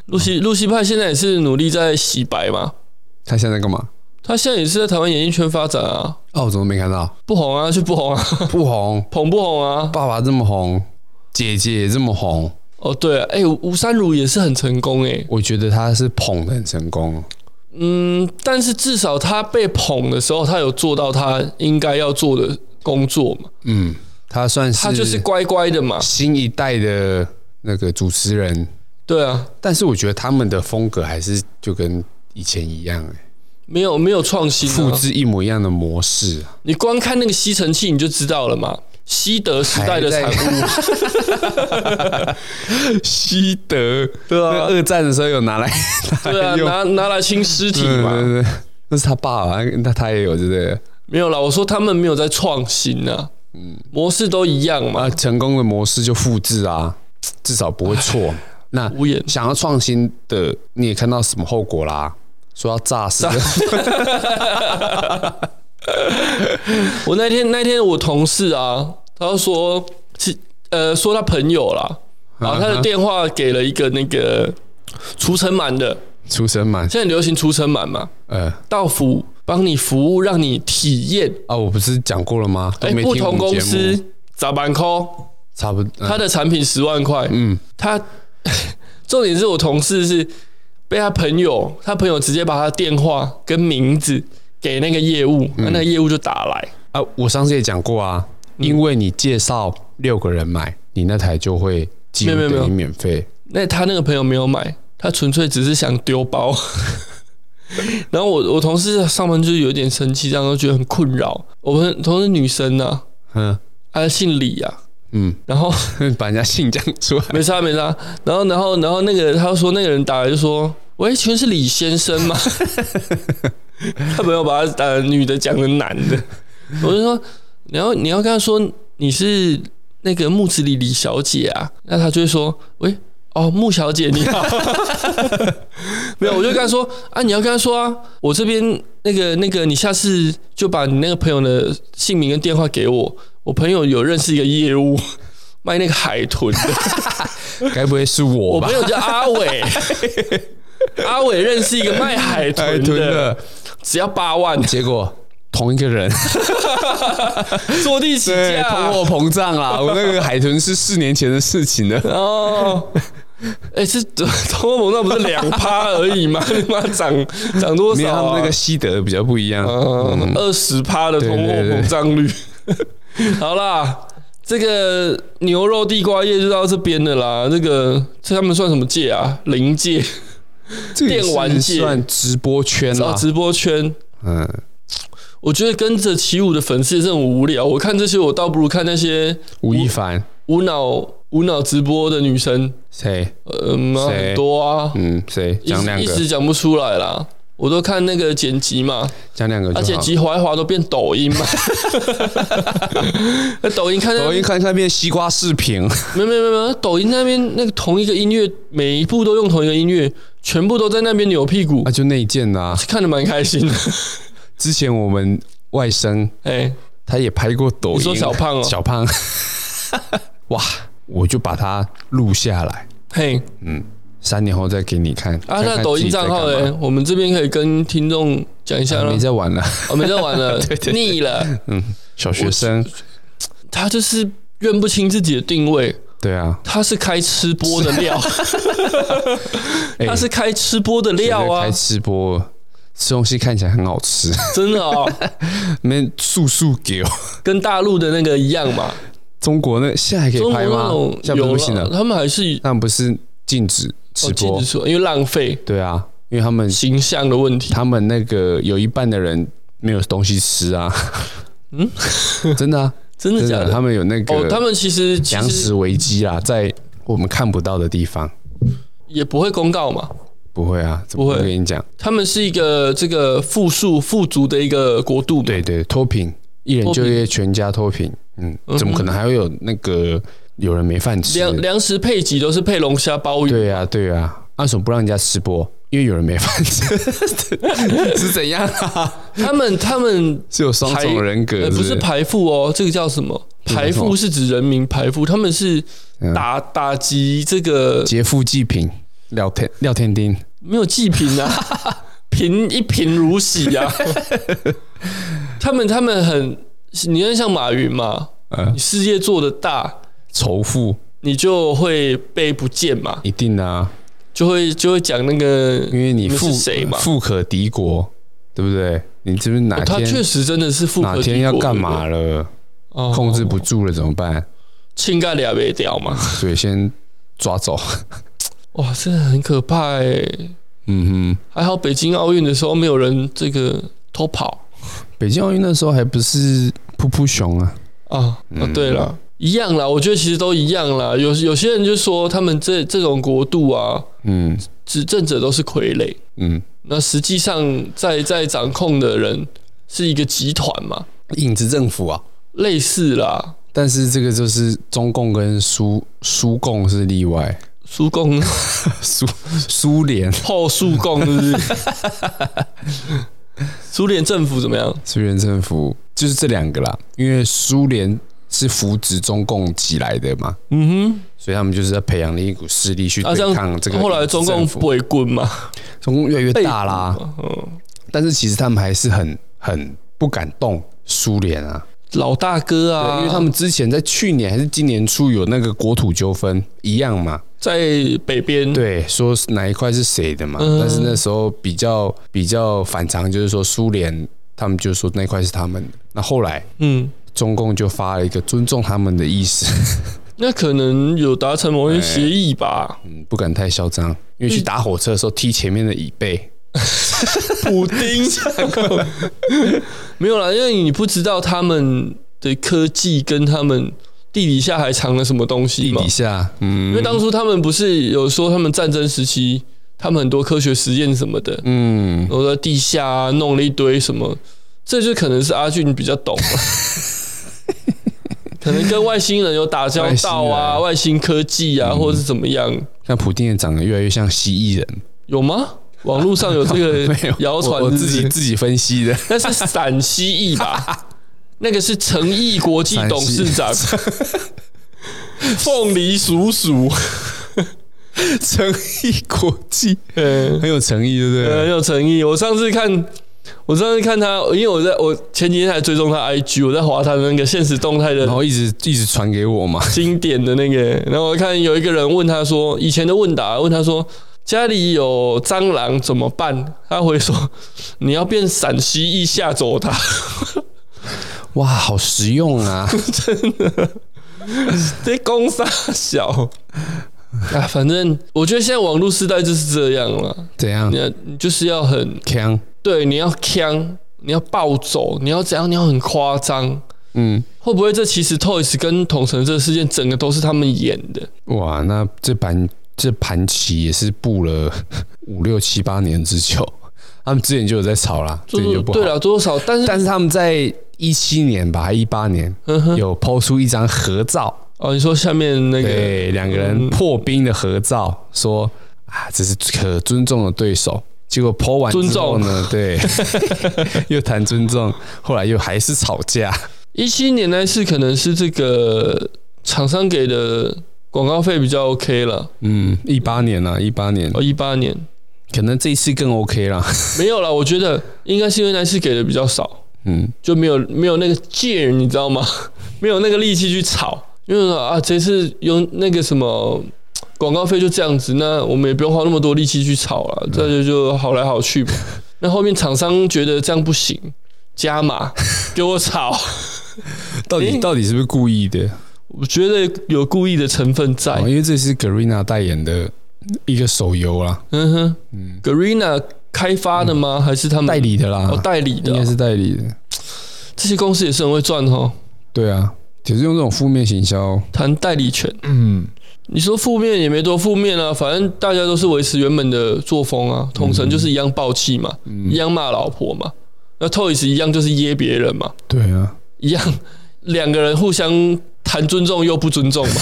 B: 露西露西派现在也是努力在洗白嘛，
A: 他现在干嘛？
B: 他现在也是在台湾演艺圈发展啊，
A: 哦，我怎么没看到？
B: 不红啊就不红啊，
A: 不红，
B: 捧不红啊，
A: 爸爸这么红，姐姐也这么红，
B: 哦，对啊，哎、吴三如也是很成功哎、
A: 我觉得他是捧的很成功，
B: 嗯，但是至少他被捧的时候，他有做到他应该要做的工作嘛，
A: 嗯，他算是
B: 他就是乖乖的嘛，
A: 新一代的那个主持人，
B: 对啊，
A: 但是我觉得他们的风格还是就跟以前一样、欸，
B: 没有没有创新、啊，
A: 复制一模一样的模式啊，
B: 你光看那个吸尘器你就知道了嘛，西德时代的产物，
A: 物。 西德，
B: 对
A: 那
B: 啊，
A: 二战的时候有拿来，
B: 对啊，
A: 用
B: 拿拿来清尸体
A: 嗯
B: 嘛，
A: 对对对那是他爸吧？那他也有，对不对？
B: 没有啦，我说他们没有在创新啊，嗯，模式都一样嘛
A: 啊，，成功的模式就复制啊，至少不会 错。那
B: 无言。
A: 想要创新的，你也看到什么后果啦？说要炸死，
B: 我那天那天我同事啊，他就说，其呃说他朋友啦，然后他的电话给了一个那个除尘螨的，
A: 出生满，
B: 现在流行除尘螨嘛，
A: 呃，
B: 到府帮你服务，让你体验，
A: 啊，我不是讲过了吗？都
B: 哎，
A: 没
B: 不
A: 听我
B: 同
A: 们
B: 公
A: 节目，
B: 司咋办 call，
A: 差不多。
B: 他
A: 嗯
B: 的产品十万块，
A: 嗯，
B: 他 重点是我同事是被他朋友，他朋友直接把他电话跟名字给那个业务，
A: 嗯
B: 那那个业务就打来，
A: 啊，我上次也讲过啊，
B: 嗯
A: 因为你介绍六个人买，你那台就会几乎
B: 没有没有
A: 等于
B: 没
A: 免费。
B: 那他那个朋友没有买，他纯粹只是想丢包。 然后我我同事上班就是有点生气，这样都觉得很困扰。我们同事女生呐、啊，
A: 嗯
B: 她姓李啊，
A: 嗯，
B: 然后，
A: 把人家信讲出来
B: 没差没差，然后然后然后那个他说那个人打来就说，喂，请问是李先生吗？ 他没有把他呃女的讲成男的，我就说你要你要跟他说你是那个木子李李小姐啊，那他就会说，喂，哦，木小姐你好， 没有，我就跟他说啊，你要跟他说啊，我这边那个那个，你下次就把你那个朋友的姓名跟电话给我，我朋友有认识一个业务。卖那个海豚的，
A: 该不会是
B: 我
A: 我吧
B: 朋？友叫阿 伟，阿伟认识一个卖海
A: 海
B: 豚
A: 豚
B: 的，
A: 的，
B: 只要八万，
A: 结果同一个人，
B: 坐地起
A: 对，通
B: 价
A: 货膨胀啦！ 我那个海豚是四年前的事情 了。
B: 哦。哎、是通货膨胀不是两趴而已吗？ 你妈涨涨多
A: 没有，他
B: 少、
A: 们
B: 啊？
A: 那个西德比较不一样。
B: 嗯，二十趴的通货膨胀率。 好啦，这个牛肉地瓜叶就到这边的啦。这个这他们算什么界啊？零界
A: 这个也
B: 电玩界
A: 是算直播圈
B: 啊，
A: 啦。
B: 直播圈。
A: 嗯，
B: 我觉得跟着起舞的粉丝也是很无聊。我看这些，我倒不如看那些
A: 吴亦凡
B: 无脑无脑直播的女生，
A: 谁？
B: 呃嗯、啊，
A: 谁
B: 很多啊，
A: 嗯，谁？
B: 一
A: 讲两
B: 一
A: 个
B: 时，讲不出来啦。我都看那个剪辑嘛，
A: 讲两个
B: 而
A: 就
B: 且
A: 好。
B: 辑滑一滑都变抖音嘛。那抖音看那
A: 抖音看看变西瓜视频，
B: 没有没有没有没有，抖音那边那个同一个音乐，每一部都用同一个音乐，全部都在那边扭屁股
A: 那，啊就内建啦。
B: 看得蛮开心的。
A: 之前我们外甥
B: 哎、
A: 他也拍过抖音，
B: 你说小胖哦
A: 小胖， 哇，我就把他录下来，
B: 嘿，
A: 三年后再给你看。
B: 啊，
A: 看看
B: 那抖音
A: 自己在
B: 账号
A: 干嘛
B: 嘞，我们这边可以跟听众讲一下
A: 啊
B: 了
A: 没。在玩了，
B: 我们在玩了，
A: 对对
B: 腻了，
A: 小学生，
B: 他就是认不清自己的定位，
A: 对啊，
B: 他是开吃播的 料，他是开吃播的料
A: 哎我在
B: 啊
A: 开，吃播。吃东西看起来很好吃，
B: 真的哦，
A: 那素素给哦。
B: 跟大陆的那个一样嘛。
A: 中国那现在还可
B: 中
A: 以
B: 国
A: 拍
B: 那
A: 吗
B: 种？
A: 现在不是
B: 有
A: 不行
B: 了，
A: 了，
B: 他们还是
A: 那不是禁止直
B: 哦禁
A: 播
B: 止？说，因为浪费
A: 对啊，因为他们
B: 形象的问题。
A: 他们那个有一半的人没有东西吃啊。嗯， 真的啊，
B: 真的
A: 真
B: 假
A: 的，
B: 的？
A: 他们有那个
B: 哦，他们其实其
A: 粮
B: 实
A: 食危机啊，在我们看不到的地方。
B: 也不会公告嘛，
A: 不会啊，怎么
B: 不会嗯
A: 会跟你讲？
B: 他们是一个这个富庶富足的一个国度嘛。
A: 对对，脱贫，一人
B: 脱贫
A: 就业，全家脱贫。嗯，怎么可能还会有那个有人没饭吃？
B: 粮粮食配给都是配龙虾、鲍鱼，
A: 对啊，对啊，为什么不让人家吃播？因为有人没饭吃， 是怎样啊？
B: 他们他们
A: 是有双重人格
B: 呃，
A: 不
B: 不是排富哦，这个叫什么？排富是指人民排富，他们是
A: 嗯
B: 打打击这个
A: 劫富济贫，廖天廖天丁，
B: 没有济贫啊， 贫一贫如洗 啊。他们他们很，你看像马云嘛，
A: 呃
B: 你，事业做得大，
A: 仇富，
B: 你就会被不见嘛，
A: 一定啊，
B: 就会就会讲那个
A: 因为你
B: 们是
A: 富
B: 谁嘛
A: 富可敌国，对不对？你这边哪
B: 哦他
A: 天、
B: 确实真的是富可
A: 哪
B: 敌
A: 天要
B: 国
A: 干嘛？了，
B: 哦
A: 控制不住了怎么办？
B: 清盖俩被掉嘛？
A: 所以先抓走。
B: 哇，真的很可怕哎、
A: 嗯
B: 还好北京奥运的时候没有人这个偷跑
A: 哼，北京奥运那时候还不是噗噗熊啊，
B: 啊。哦
A: 嗯，
B: 对了，一样啦，我觉得其实都一样啦。有有些人就说他们这这种国度啊，
A: 嗯
B: 执政者都是傀儡。
A: 嗯，
B: 那实际上在在掌控的人是一个集团嘛，
A: 影子政府啊。
B: 类似啦。
A: 但是这个就是中共跟苏苏共是例外，
B: 苏共
A: 苏苏联
B: 后苏共是不是？ 苏联政府怎么样？
A: 苏联政府就是这两个啦，因为苏联是扶植中共起来的嘛，
B: 嗯
A: 所以他们就是在培养另一股势力去
B: 啊这
A: 对
B: 样
A: 抗这个、
B: 哼，后来中共
A: 府，
B: 不棍嘛，
A: 中共越来越大啦，
B: 嗯，
A: 但是其实他们还是很很不敢动苏联啊，
B: 老大哥啊，
A: 对，因为他们之前在去年还是今年初有那个国土纠纷一样嘛，
B: 嗯在北边，
A: 对，说是哪一块是谁的嘛，
B: 嗯
A: 但是那时候比较比较反常，就是说苏联他们就说那块是他们的，那后来
B: 嗯，
A: 中共就发了一个尊重他们的意思，
B: 那可能有达成某些协议吧。
A: 嗯，不敢太嚣张，因为去打火车的时候踢前面的椅背，
B: 嗯普丁没有啦，因为你不知道他们的科技跟他们地底下还藏了什么东西
A: 地
B: 嘛
A: 底。下，嗯
B: 因为当初他们不是有说他们战争时期，他们很多科学实验什么的，
A: 嗯，
B: 然后在地下、啊、弄了一堆什么，这就可能是阿俊比较懂了。可能跟外星人有打交道啊，外星科技啊，或者是怎么样，
A: 那普丁也长得越来越像蜥蜴人，
B: 有吗？网络上有 这
A: 没
B: 个
A: 有，
B: 谣传
A: 我我
B: 是不
A: 自
B: 是
A: 己自己分析的，
B: 那是陕西裔 吧？那个是诚毅国际董事长，凤梨鼠鼠，
A: 诚意国际
B: 嗯，
A: 很有诚 意，对不对？
B: 很有呃诚意。我上次看，我上次看他，因为我在我前几天还追踪他 IG，我在划他的那个现实动态的
A: 然后一直一直传给我嘛，
B: 经典的那个，然后我看有一个人问他说，以前的问答问他说。家里有蟑螂怎么办？他回说：“你要变陕西裔吓走它。”
A: 哇，好实用 啊！
B: 这攻杀小 啊，反正我觉得现在网络时代就是这样了。
A: 怎样
B: 你？要你就是要很
A: 强，
B: 对，你要呛，你要暴走，你要怎样？你要很夸张。
A: 嗯，
B: 会不会这其实 Toys 跟统神这个事件整个都是他们演的？
A: 哇，那这盘这盘棋也是布了 五六七八年之久。 他们之前就有在吵啦，这
B: 就是
A: 就不
B: 对
A: 好。
B: 了，多少？但是
A: 但是他们在一七年吧，还一八年
B: 嗯哼，
A: 有抛出一张合照，
B: 哦，你说下面那个
A: 对两个人破冰的合照，说啊，这是可尊重的对手。结果抛完之后呢，对， 又谈尊重，后来又还是吵架。
B: 一七年那次，可能是这个厂商给的广告费比较 OK 了。
A: 嗯，一八年啦，一八年
B: 哦，一八年
A: 可能这一次更 OK 啦。
B: 没有了，我觉得应该是因为那次给的比较少。
A: 嗯，
B: 就没有没有那个劲儿，你知道吗？ 没有那个力气去吵，因为啊，这次用那个什么广告费就这样子，那我们也不用花那么多力气去吵了，
A: 嗯
B: 这就就好来 好去吧。那后面厂商觉得这样不行，加码给我吵，
A: 到底、
B: 诶
A: 到底是不是故意的？
B: 我觉得有故意的成分在
A: 哦、。因为这是 Garena 代言的一个手游啦，
B: 嗯哼，Garena 开发的吗？还是他们
A: 嗯代？理的啦，
B: 哦，代理的
A: 应
B: 啊、
A: 该是代理的。
B: 这些公司也是很会赚哦，
A: 对啊，只是用这种负面行销，
B: 谈代理权。
A: 嗯，
B: 你说负面也没多负面啊，反正大家都是维持原本的作风啊。统神就是一样暴气嘛，
A: 嗯
B: 一样骂老婆嘛，那 Toys 一样就是噎别人嘛，
A: 对啊，
B: 一样两个人互相谈尊重又不尊重 嘛。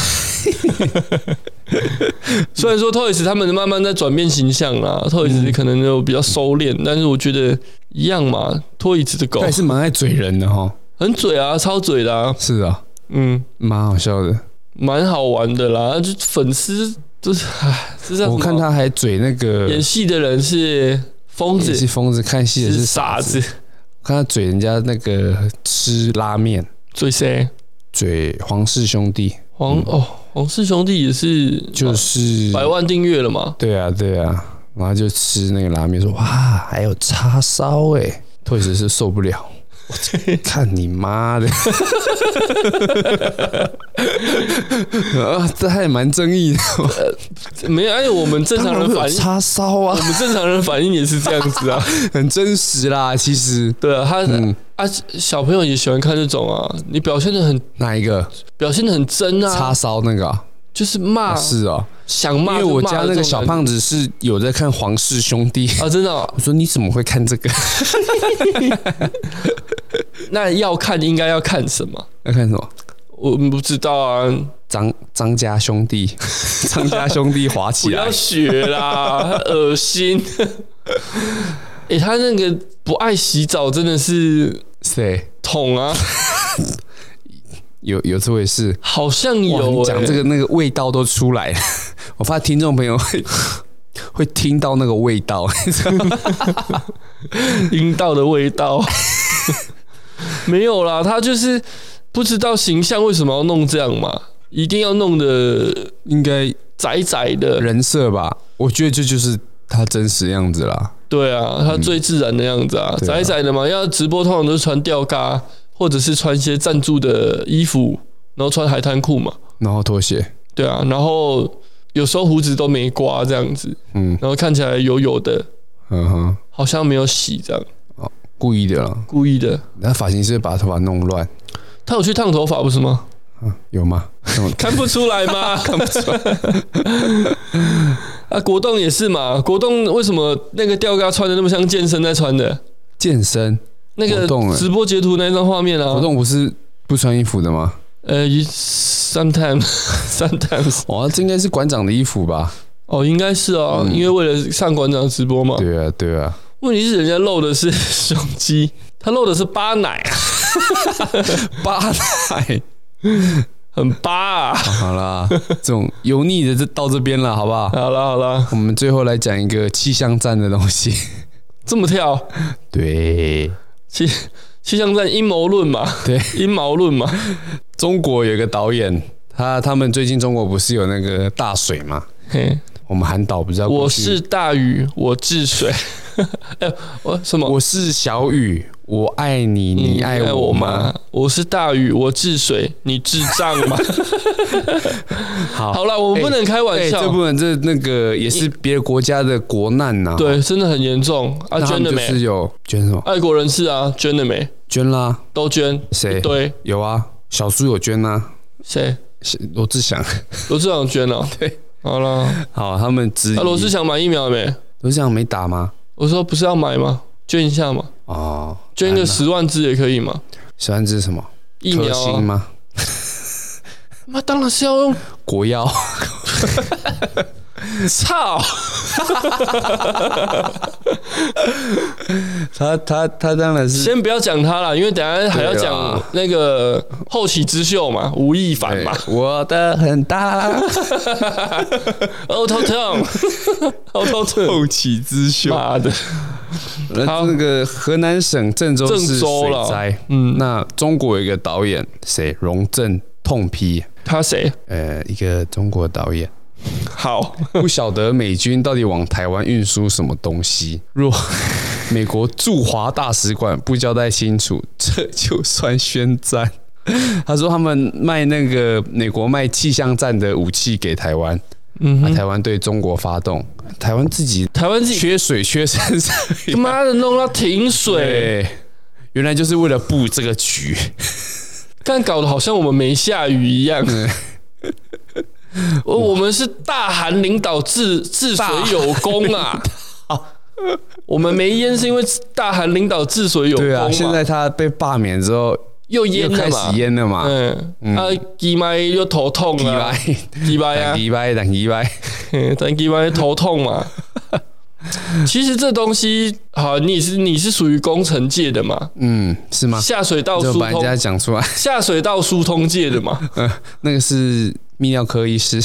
B: 虽然说 Toys 他们慢慢在转变形象啦、t o y s 可能就比较收敛，但是我觉得一样嘛，Toys 的狗
A: 他也是蛮爱嘴人的哈。
B: 很嘴啊，超嘴的、啊，
A: 是啊，
B: 嗯，
A: 蛮好笑的。
B: 蛮好玩的啦，就粉丝就是唉，是这样
A: 我看他还嘴那个
B: 演戏的人是疯
A: 也
B: 子，
A: 是疯子，看戏的是
B: 傻
A: 傻子。
B: 子，
A: 看他嘴人家那个吃拉面，
B: 追谁？
A: 嘴黄氏兄弟，
B: 黄哦，黄氏兄弟也是
A: 嗯就是
B: 百万订阅了嘛？
A: 对啊，对啊，然后就吃那个拉面，说哇，还有叉烧哎、欸，顿时是受不 了。我看你妈的！啊，这还蛮正义的。
B: 没有，而哎且我们正常
A: 当然
B: 人
A: 会有
B: 反应，
A: 叉烧
B: 我
A: 啊，
B: 们正常人反应也是这样 子啊。
A: 很真实啦。其实，
B: 对啊，他、
A: 嗯，
B: 啊，小朋友也喜欢看这种啊，你表现的很
A: 哪一个
B: 表现的很真
A: 叉
B: 啊，
A: 烧那个啊、
B: 就是骂、
A: 啊是哦，
B: 想
A: 因
B: 骂
A: 为
B: 就骂
A: 我
B: 的这种感觉，
A: 家那个小胖子是有在看《皇室兄弟》
B: 啊，真的哦、
A: 我说你怎么会看这个？
B: 那要看应该要看什么？
A: 要看什么？
B: 我不知道啊，
A: 张张家兄弟，张家兄弟滑
B: 不
A: 起来
B: 要。学 啦，恶心。哎、他那个不爱洗澡真的是
A: 谁？
B: 桶啊，
A: 有有这回事？
B: 好像
A: 哇
B: 有、
A: 你
B: 欸。
A: 讲这个那个味道都出来了， 我怕听众朋友会会听到那个味道。
B: 阴道的 味道，没有啦，他就是不知道形象为什么要弄这样嘛，一定要弄的
A: 应该
B: 窄窄的。
A: 人设吧，我觉得这就是他真实样子啦。
B: 对啊，他最自然的样子啊，
A: 嗯对啊
B: 窄窄的嘛。要直播通常都是穿吊嘎，或者是穿一些赞助的衣服，然后穿海滩裤嘛。
A: 然后拖鞋，
B: 对啊，然后有时候胡子都没刮这样子，
A: 嗯
B: 然后看起来油油的，
A: 嗯哼，
B: 好像没有洗这样，
A: 故意的啦。
B: 故意的。
A: 那发型师把头发弄乱，
B: 他有去烫头发不是吗？
A: 嗯，有吗？
B: 看不出来吗？ 看不出来。啊，国栋也是嘛。国栋为什么那个吊嘎穿的那么像健身在穿的？
A: 健身
B: 那个
A: 国栋欸
B: 直播截图那张画面
A: 活
B: 啊，
A: 动不是不穿衣服的吗？
B: 呃一，sometimes sometimes，
A: 哇，哦这应该是馆长的衣服吧？
B: 哦，应该是啊，
A: 嗯
B: 因为为了上馆长直播嘛。
A: 对啊，对啊，
B: 问题是人家露的是 胸肌，他露的是巴奶啊，
A: 八代。
B: 很巴啊。
A: 好 啦，这种油腻的就到这边了，好不 好？
B: 好啦好啦，
A: 我们最后来讲一个气象站的东 西。
B: 这么跳，
A: 对，
B: 气气象站阴谋论嘛，
A: 对，
B: 阴谋论嘛，
A: 中国有一个导演，他他们最近中国不是有那个大水嘛？
B: 嘿。
A: 我们韩导不知道过
B: 我
A: 去
B: 是大禹，我治水。 哎、我什么？哎
A: 我是小雨，我爱你，你爱我吗？？
B: 我是大禹，我治水，你智障吗？
A: 好
B: 好了，我们不能开玩
A: 哎，
B: 笑。
A: 这部分这那个也是别的国家的国难呐、，
B: 对，真的很严重
A: 那
B: 啊！
A: 他
B: 捐
A: 们就
B: 了没？
A: 是有捐什么？
B: 爱国人士啊，捐了没？
A: 捐啦，
B: 都捐。
A: 谁
B: 对，
A: 有啊？小苏有捐呐、啊，
B: 谁？
A: 是罗志祥。
B: 罗志祥捐了。
A: 对，
B: 好了。
A: 好，他们只
B: 啊，罗志祥买疫苗了没？
A: 罗志祥没打吗？
B: 我说不是要买吗？捐一下嘛，
A: 哦，
B: 捐
A: 完
B: 个
A: 了
B: 十万支也可以嘛。
A: 小安这是什么？
B: 疫苗
A: 科兴
B: 啊，
A: 吗？
B: 那当然是要用。
A: 国药。
B: 操！
A: 嗯他他他当然是
B: 先不要讲他了，因为等一下还要
A: 对
B: 讲
A: 啦
B: 那个后起之秀嘛，吴亦凡嘛
A: 对啊我的很大
B: ，Auto Tone，Auto Tone，
A: 后起之 秀
B: 妈的，
A: 那
B: 好
A: 这个河南省郑州市
B: 郑州
A: 水
B: 了
A: 灾，
B: 嗯，
A: 那中国有一个导演谁？荣正痛批，
B: 他谁？
A: 呃，一个中国导演，
B: 好，
A: 不晓得美军到底往台湾运输什么东西。若美国驻华大使馆不交代清楚，这就算宣战。 他说他们卖那个美国卖气象站的武器给台湾，
B: 嗯
A: 啊，
B: 哼，
A: 台湾对中国发动，台湾自己
B: 台湾自己
A: 缺水缺成这
B: 他
A: 样。
B: 妈的弄到停水，
A: 对，原来就是为了布这个局。
B: 但搞得好像我们没下雨一 样。我我们是大韩领导治治水有功啊！我们没淹是因为大韩领导治水有功
A: 对
B: 嘛
A: 啊，现在他被罢免之后又
B: 又淹了
A: 开
B: 嘛
A: 始，淹了嘛，
B: 嗯，啊，鸡麦又头痛
A: 礼
B: 啊，
A: 拜
B: 鸡麦啊
A: 等，礼拜等礼拜，
B: 嘿但鸡麦头 痛嘛。其实这东西，好，你是你是属于工程界的嘛，
A: 嗯，是吗？
B: 下水道疏
A: 就把人家
B: 通，
A: 讲出来，
B: 下水道疏通界的嘛。
A: 那个是泌尿科医师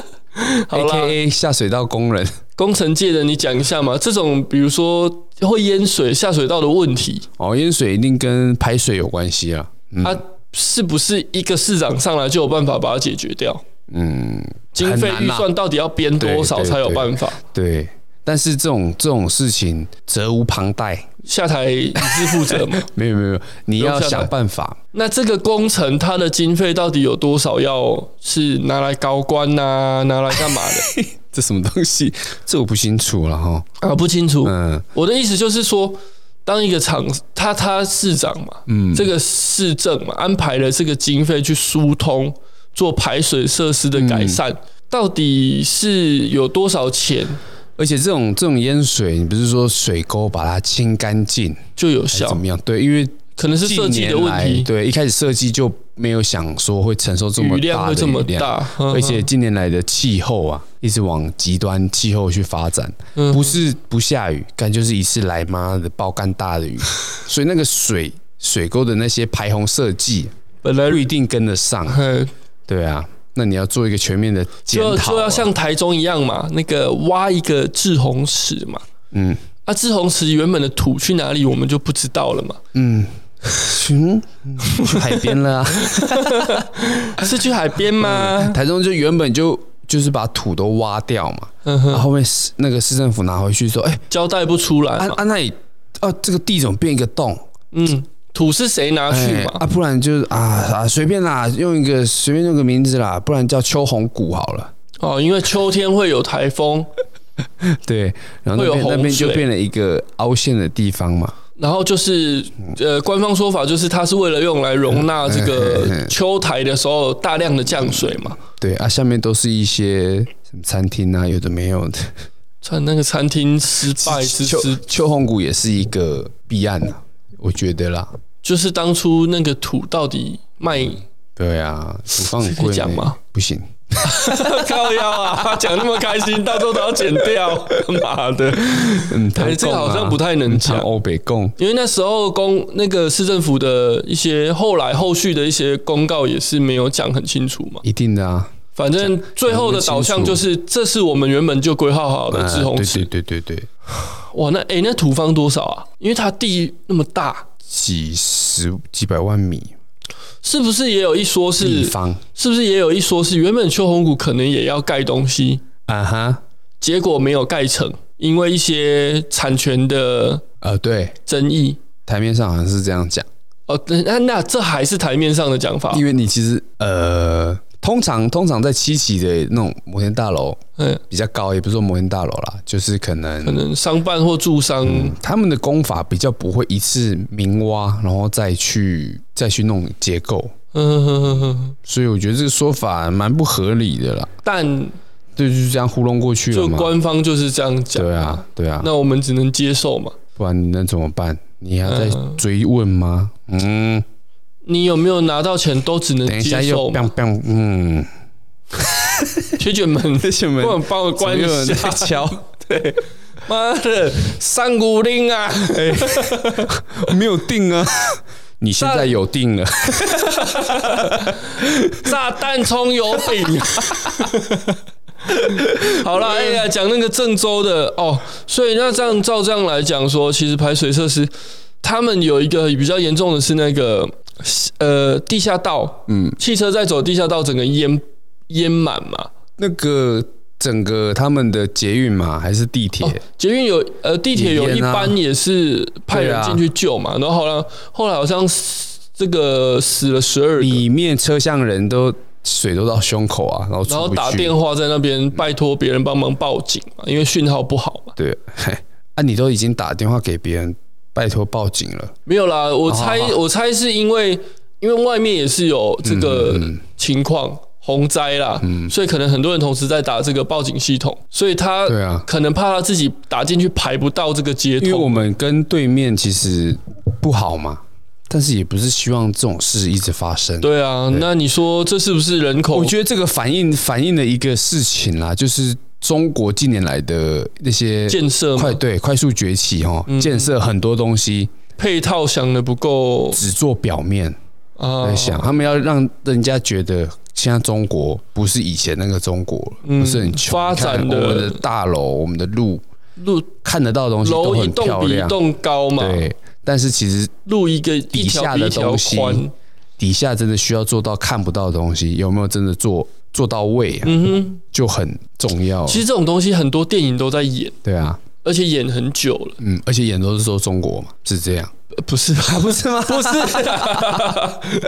B: 好
A: ，A
B: 啦
A: K A 下水道工人。
B: 工程界的你讲一下嘛，这种比如说会淹水、下水道的问题，
A: 哦，淹水一定跟排水有关系啊。嗯
B: 啊，是不是一个市长上来就有办法把它解决掉？
A: 嗯，
B: 经
A: 很
B: 费
A: 难
B: 预
A: 啦
B: 算到底要编多少
A: 对对
B: 才有
A: 对
B: 办法？
A: 对。但是这种这种事情责无旁贷，
B: 下台你是负 责嘛？
A: 没有没有没有，你
B: 不用
A: 要
B: 下台
A: 想办法。
B: 那这个工程它的经费到底有多少要是拿来高官呐、拿来干嘛 的
A: 这什么东西？ 这我不清楚了哈。
B: 啊？不清楚。
A: 嗯
B: 我的意思就是说，当一个厂他他市长嘛，
A: 嗯，
B: 这个市政嘛，安排了这个经费去疏通做排水设施的改善，
A: 嗯
B: 到底是有多少钱
A: 而且这种这种淹水，你不是说水沟把它清干净
B: 就有
A: 哎还是怎
B: 效？
A: 么样？对，因为
B: 可能是设
A: 近
B: 计
A: 年
B: 的问
A: 来
B: 题，
A: 对，一开始设计就没有想说会承受这么
B: 雨量
A: 大
B: 会
A: 的
B: 这么
A: 雨量，
B: 大，嗯呵呵
A: 而且近年来的气候啊，一直往极端气候去发展，
B: 嗯
A: 不是不下雨，干就是一次来妈的爆干大的 雨，所以那个水水沟的那些排洪设计
B: 本来
A: 不一定跟得上，
B: 嘿
A: 对啊，那你要做一个全面的检
B: 就
A: 讨、啊，
B: 就要像台中一样嘛，那个挖一个滞洪池嘛。
A: 嗯
B: 啊，滞洪池原本的土去哪里，我们就不知道了嘛。
A: 嗯。 嗯，去海边了 啊！
B: 是去海边吗？
A: 台中就原本就就是把土都挖掉嘛，
B: 嗯
A: 然
B: 哼，
A: 后后面市那个市政府拿回去说，哎、
B: 交代不出来
A: 啊
B: 嘛。
A: 啊那里啊这个地怎么变一个洞？
B: 嗯，土是谁拿去
A: 哎
B: 嘛？
A: 啊，不然就是啊啊随便啦，用一个随便用个名字啦，不然叫秋红谷好 了。
B: 哦，因为秋天会有台风，
A: 对，然后
B: 会
A: 那
B: 有
A: 边
B: 洪
A: 那边就
B: 水
A: 变了一个凹陷的地方嘛。
B: 然后就是
A: 嗯
B: 呃，官方说法就是它是为了用来容纳这
A: 哎
B: 个秋台的时候大量的降水嘛。
A: 对啊，下面都是一些什么餐厅啊，有的没有 的。
B: 看那个餐厅失败之
A: 秋
B: 之，
A: 秋红谷也是一个弊案啊，我觉得啦。
B: 就是当初那个土到底卖
A: 对啊，土方很
B: 可以
A: 贵呢
B: 讲吗？
A: 不行，
B: 靠腰啊，讲那么开心，到时候都要剪掉，妈的！
A: 嗯，
B: 哎这个好像不太能讲
A: 欧北贡，
B: 因为那时候公那个市政府的一些后来后续的一些公告也是没有讲很清楚嘛。
A: 一定的啊。
B: 反正最后的导向就是，这是我们原本就规划好的
A: 啊
B: 志洪
A: 对
B: 池
A: 对。对对对，
B: 哇，那诶、哎那土方多少啊？因为它地那么大，
A: 几十几百万米
B: 是不是也有一说
A: 立
B: 是？
A: 方
B: 是不是也有一说是原本秋红谷可能也要盖东西，
A: 啊哈，
B: 结果没有盖成，因为一些产权的
A: 呃，对，
B: 争议。
A: 台面上好像是这样讲，
B: 哦，那那那这还是台面上的讲法。
A: 因为你其实呃，通常通常在七期的那种摩天大楼
B: 嗯，
A: 比较高，也不是说摩天大楼啦，就是可能
B: 可能商办或住商，
A: 嗯他们的工法比较不会一次明挖，然后再去再去弄结构，
B: 嗯哼哼哼，
A: 所以我觉得这个说法蛮不合理的啦，
B: 但
A: 对，就是这样糊弄过去了
B: 就
A: 嘛。
B: 官方就是这样讲，
A: 对啊，对啊，
B: 那我们只能接受嘛。
A: 不然你能怎么办？你还在
B: 嗯
A: 追问吗？嗯，
B: 你有没有拿到钱都只能
A: 等一下
B: 接
A: 又
B: 受嘛。
A: bang bang，嗯，
B: 学 姐们，
A: 这些
B: 不
A: 门
B: 能帮我关
A: 怎么有人
B: 一
A: 在
B: 下。
A: 敲，
B: 妈的，三股令啊！
A: 没有定啊。你现在有定了，
B: 炸弹葱油饼。 好
A: 啊
B: 了，哎呀，讲那个郑州的哦，所以那这样照这样来讲说，其实排水设施他们有一个比较严重的是那个呃地下道，
A: 嗯，
B: 汽车在走地下道，整个淹淹满嘛。
A: 那个整个他们的捷运嘛，还是地铁？
B: 捷运有呃地铁有
A: 也
B: 一
A: 淹啊
B: 班也是派
A: 对
B: 人
A: 啊
B: 进去救嘛，然后好像后来好像死这个死了十二个，
A: 里面车厢人都水都到胸口啊，然后出
B: 然后
A: 不去
B: 打电话在那边拜托别人帮忙报警嘛，因为讯号不好嘛。
A: 对，嘿啊，你都已经打电话给别人，拜托报警了，
B: 没有啦，我猜、
A: 哦好好
B: 我猜是因为因为外面也是有这
A: 嗯
B: 个情况、洪灾啦，所以可能很多人同时在打这个报警系统，所以他
A: 对啊
B: 可能怕他自己打进去排不到这个接
A: 因为我
B: 通。
A: 们跟对面其实不好嘛，但是也不是希望这种事一直发生。
B: 对啊，那你说这是不是人口
A: 我？觉得这个反映反映了一个事情啦，就是中国近年来的那些
B: 建设嘛
A: 快对快速崛起哦，
B: 嗯
A: 建设很多东西
B: 配套想的不够
A: 只做表面
B: 啊
A: 在，想，他们要让人家觉得现在中国不是以前那个中国了，
B: 嗯
A: 不是很穷，
B: 发
A: 你看我们
B: 展
A: 的
B: 的
A: 大楼、我们的路
B: 路
A: 看得到的东西都
B: 楼一
A: 很漂
B: 栋比一
A: 亮，
B: 栋高嘛，
A: 对，但是其实
B: 路一个一
A: 底
B: 条
A: 下
B: 比
A: 的
B: 一条
A: 东西
B: 宽，
A: 底下真的需要做到看不到的东西，有没有真的做做到位啊，
B: 嗯哼，
A: 就很重要。
B: 其实这种东西很多电影都在演，
A: 对啊，
B: 而且演很久了，
A: 嗯，而且演都是说中国嘛，是这样，
B: 呃不是吧？
A: 不是吗？
B: 不是，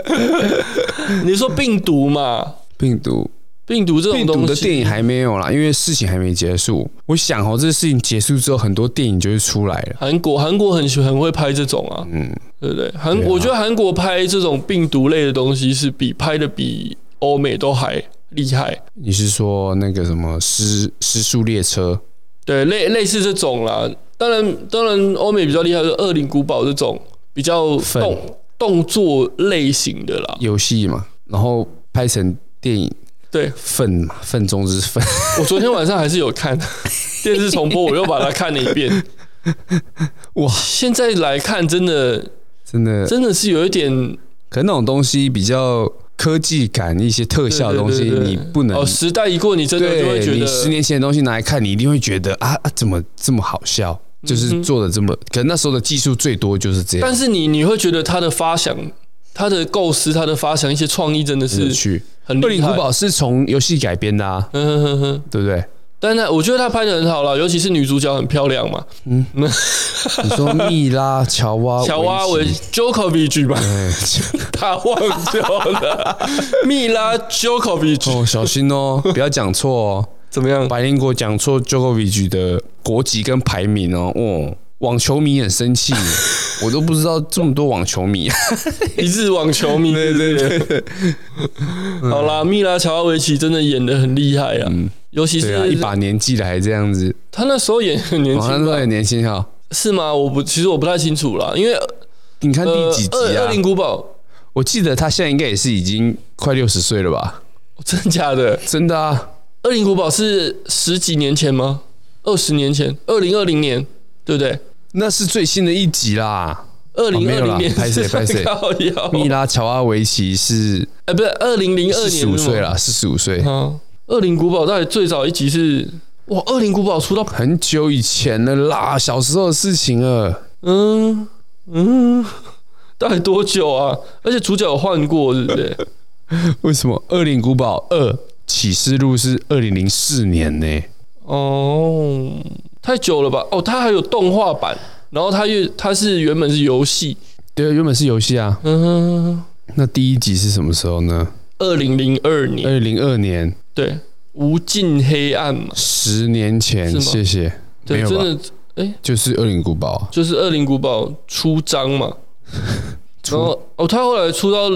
B: 你说病毒嘛？
A: 病毒，
B: 病毒这种
A: 病毒
B: 东
A: 的
B: 西，
A: 电影还没有啦，因为事情还没结束。我想哦，这个事情结束之后，很多电影就会出来了。
B: 韩国韩国很喜很会拍这种啊，
A: 嗯，
B: 对不对？韩、
A: 对啊
B: 我觉得韩国拍这种病毒类的东西是比拍的比欧美都还厉害，
A: 你是说那个什么失失速列车？
B: 对，类类似这种啦。当然，当然，欧美比较厉害的《恶灵古堡》这种比较
A: 粉
B: 动动作类型的啦。
A: 游戏嘛，然后拍成电影，
B: 对
A: 粪嘛，粪中之粪。
B: 我昨天晚上还是有 看电视重播，我又把它看了一遍。
A: 哇
B: 现在来看，真的
A: 真的，
B: 真的是有一点
A: 可能那种东西比较科技感，一些特效的东西，
B: 对对对对
A: 你不能
B: 哦，时代一过，你真的就会觉
A: 对你
B: 得
A: 十年前的东西拿来看，你一定会觉得啊啊，怎么这么好
B: 嗯
A: 笑？就是做的这么，可能那时候的技术最多就是这样，
B: 但是你你会觉得他的发想、他的构思、他的发想一些创意真的
A: 很有
B: 是
A: 趣。
B: 很
A: 《恶
B: 厉
A: 灵古
B: 害。
A: 堡》是从游戏改编的啊，
B: 嗯哼哼哼，
A: 对不对？
B: 但是我觉得他拍的很好了，尤其是女主角很漂亮嘛，
A: 哦你说蜜拉、 乔娃、
B: 乔娃维
A: 奇
B: Jokovic 吧，
A: 哎
B: 他忘掉 了，蜜拉 Jokovic
A: 哦，小心哦， 不要讲错哦。
B: 怎么样？
A: 白灵国讲错 Djokovic 的国籍跟排名哦，哦，网球迷很生气， 我都不知道这么多网球迷。啊
B: 一日网球迷，对对对。好
A: 嗯
B: 啦，蜜拉乔娃维奇真的演的很厉害啊，尤其
A: 对啊，
B: 是
A: 一把哦年纪了还这样子，
B: 他那时候演很年
A: 好像
B: 轻
A: 都
B: 吧，
A: 很年轻哈。
B: 是吗？我不，其实我不太清楚啦，因为
A: 你看
B: 呃
A: 第几，集
B: 恶恶
A: 啊
B: 灵？古堡
A: 我记得他现在应该也是已经快六十岁了吧？
B: 真的假的？
A: 真的啊，
B: 《恶灵古堡》是十几年前吗？二十年前，二零二零年，对不对？
A: 那是最新的一集啦。
B: 二零
A: 哦没
B: 二
A: 有
B: 零
A: 啦
B: 年
A: 拍谁
B: 是
A: 拍谁
B: 靠腰
A: 蜜拉乔阿维奇是
B: 哎，不是二零零
A: 四
B: 二年
A: 十五岁
B: 了。
A: 哦了，四十五岁，
B: 啊，《恶灵古堡》到底最早一集是哇，《恶灵古堡》出到
A: 很久以前了啦，小时候的事情 了。
B: 嗯嗯，到底多久啊？而且主角有换过，对不对？
A: 为什么《恶灵古堡二启示录》是二零零四年呢、
B: 哦，太久了吧？哦，它还有动画版，然后它又它是原本是游戏，
A: 对啊，原本是游戏啊。
B: 嗯，
A: 那第一集是什么时候呢？
B: 二零零二年。
A: 二零二年，
B: 对，无尽黑暗嘛，
A: 十年
B: 是
A: 前，
B: 吗
A: 谢谢。没
B: 对，
A: 有
B: 真
A: 吧？
B: 的
A: 就是《恶灵古堡啊》
B: 就是《恶灵古堡》出章嘛，然
A: 出
B: 后哦，他后来出到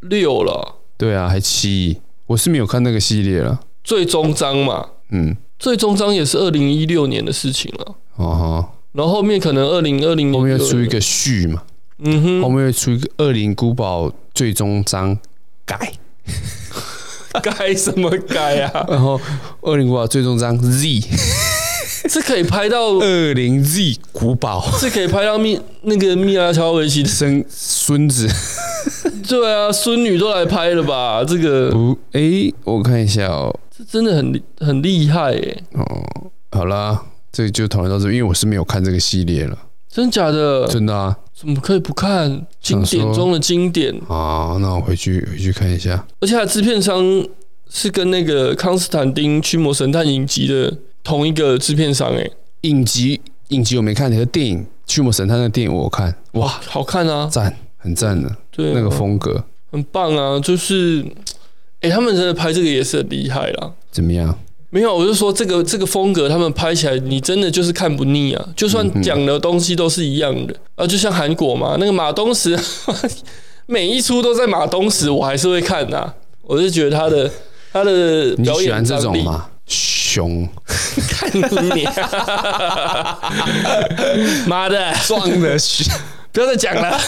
B: 六了，
A: 对啊，还七，我是没有看那个系列了。
B: 最终章嘛，
A: 嗯，
B: 最终章也是二零一六年的事情了，
A: 哦
B: 然后后面可能二零二零
A: 哈，
B: 年
A: 后面会
B: 就有
A: 出一，个续嘛，
B: 嗯哼，
A: 后面会出一个《恶灵古堡》最终章改，
B: 改什么改啊？
A: 然后《恶灵古堡》最终章 Z
B: 这可以拍 到，
A: 恶灵 Z 古堡
B: 这可以拍到密那个密拉乔维奇的，
A: 生孙子。
B: 对啊，孙女都来拍了吧？这个
A: 不， 诶，我看一下哦，
B: 这真的很厉很厉害耶，
A: 哦，好啦，这个就讨论到这边，因为我是没有看这个系列了，
B: 真假的？
A: 真的啊。
B: 怎么可以不看经典
A: 想说
B: 中的经典？
A: 好，那我回去回去看一下。
B: 而且他的制片商是跟那个康斯坦丁《驱魔神探》影集的同一个制片商、欸，哎，
A: 影集影集我没看，你的电影《驱魔神探》的电影我有看，哇，
B: 好看啊，
A: 赞，很赞的
B: 对啊，
A: 那个风格
B: 很棒啊，就是，哎、他们真的拍这个也是很厉害啦。
A: 怎么样？
B: 没有，我就说这个这个风格，他们拍起来你真的就是看不腻啊，就算讲的东西都是一样的、啊，就像韩国嘛，那个马东石， 每一出都在马东石，我还是会看呐、我就觉得他的他的
A: 你
B: 表
A: 喜欢
B: 演
A: 这
B: 张
A: 种
B: 力
A: 吗？熊
B: 看你、妈的，
A: 壮的熊，
B: 不要再 讲了。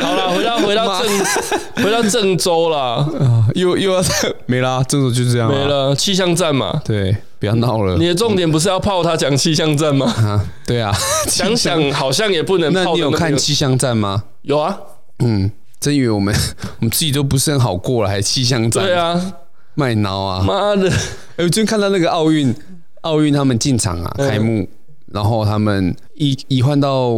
B: 好了，回到回到郑回到郑州啦，
A: 啊又又要 没啦，这种就这样啊
B: 没。了气象站嘛。
A: 对，不要闹了
B: 你的重点不是要泡他讲气象站吗？
A: 啊！对啊，
B: 想想好像也不能
A: 那
B: 泡得
A: 你有
B: 么
A: 看
B: 有
A: 气象站吗？
B: 有啊，
A: 嗯，真以为我们 我们自己都不是很好过了，还气象站？
B: 对，啊，
A: 卖挠啊！
B: 妈 的，
A: 哎、我最近看到那个奥运，奥运他们进场啊，
B: 嗯
A: 开幕，然后他们一一换到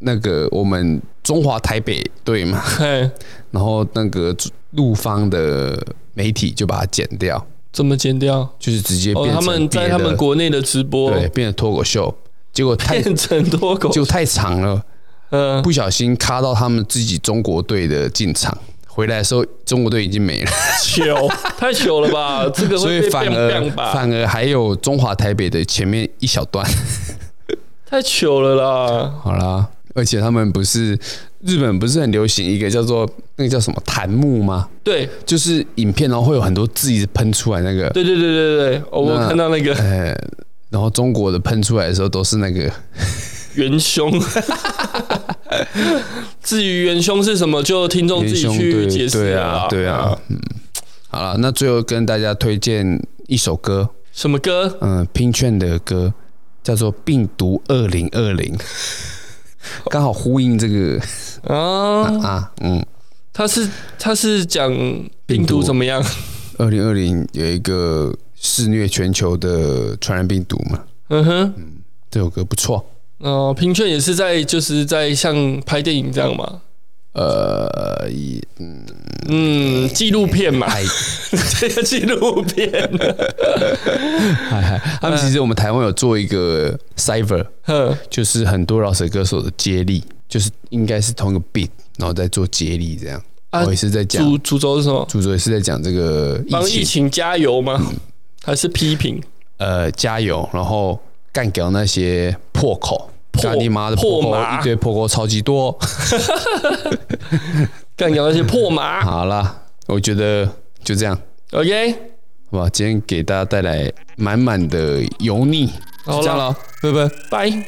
A: 那个我们中华台北队嘛，
B: 嘿，
A: 然后那个陆方的媒体就把它剪掉，
B: 怎么剪掉？
A: 就是直接变
B: 哦，
A: 成
B: 他们
A: 别
B: 在
A: 的
B: 他们国内的直播
A: 对变成脱口秀，结果 太
B: 变成脱口，
A: 就太长了，
B: 嗯，
A: 不小心卡到他们自己中国队的进场，回来的时候中国队已经没 了，
B: 糗， 太糗了吧？这个
A: 所
B: 会
A: 以
B: 被
A: 反
B: ban
A: 而
B: 吧？
A: 反而还有中华台北的前面一小段，
B: 太糗了啦！
A: 好啦。而且他们不是日本不是很流行一个叫做那个叫什么弹幕吗？
B: 对
A: 就是影片然后会有很多字一直喷出来那个，
B: 对对对对对，哦，我
A: 那
B: 看到那个
A: 呃，然后中国的喷出来的时候都是那个
B: 元 凶。至于元凶是什么，就听众自己
A: 凶
B: 去
A: 对
B: 解释
A: 对
B: 了
A: 啊
B: 啦，
A: 对啊，，嗯，好了，那最后跟大家推荐一首歌，
B: 什么歌？
A: 嗯、拼券的歌叫做《病毒二零二零》，刚好呼应这个
B: 啊，
A: 啊，嗯，
B: 他是他是讲病
A: 病
B: 毒
A: 毒
B: 怎么样？
A: 二零二零有一个肆虐全球的传染病毒嘛，
B: 嗯哼，
A: 这首歌不错，
B: 哦，平券也是在就是在像拍电影这样嘛，
A: 呃，也
B: 嗯，纪录片嘛，
A: 哎
B: 这个纪录片，
A: 他们其实我们台湾有做一个 Cyber。
B: 嗯，
A: 就是很多饶舌歌手的接力，就是应该是同一个 beat，然后再做接力这样。
B: 啊
A: 我也是在讲，
B: 主主轴是什么？
A: 主轴也是在讲这个
B: 帮
A: 疫
B: 疫
A: 情，
B: 情加油吗？还是批评？
A: 呃，加油，然后干掉那些破口，
B: 破
A: 干你妈的破
B: 破
A: 口，
B: 麻
A: 一堆破口超级 多。
B: 干掉那些破马
A: 好啦，我觉得就这样，
B: ，OK，
A: 好吧，今天给大家带来满满的油腻，
B: 好
A: 就这样
B: 了，
A: 了，拜拜。
B: 拜。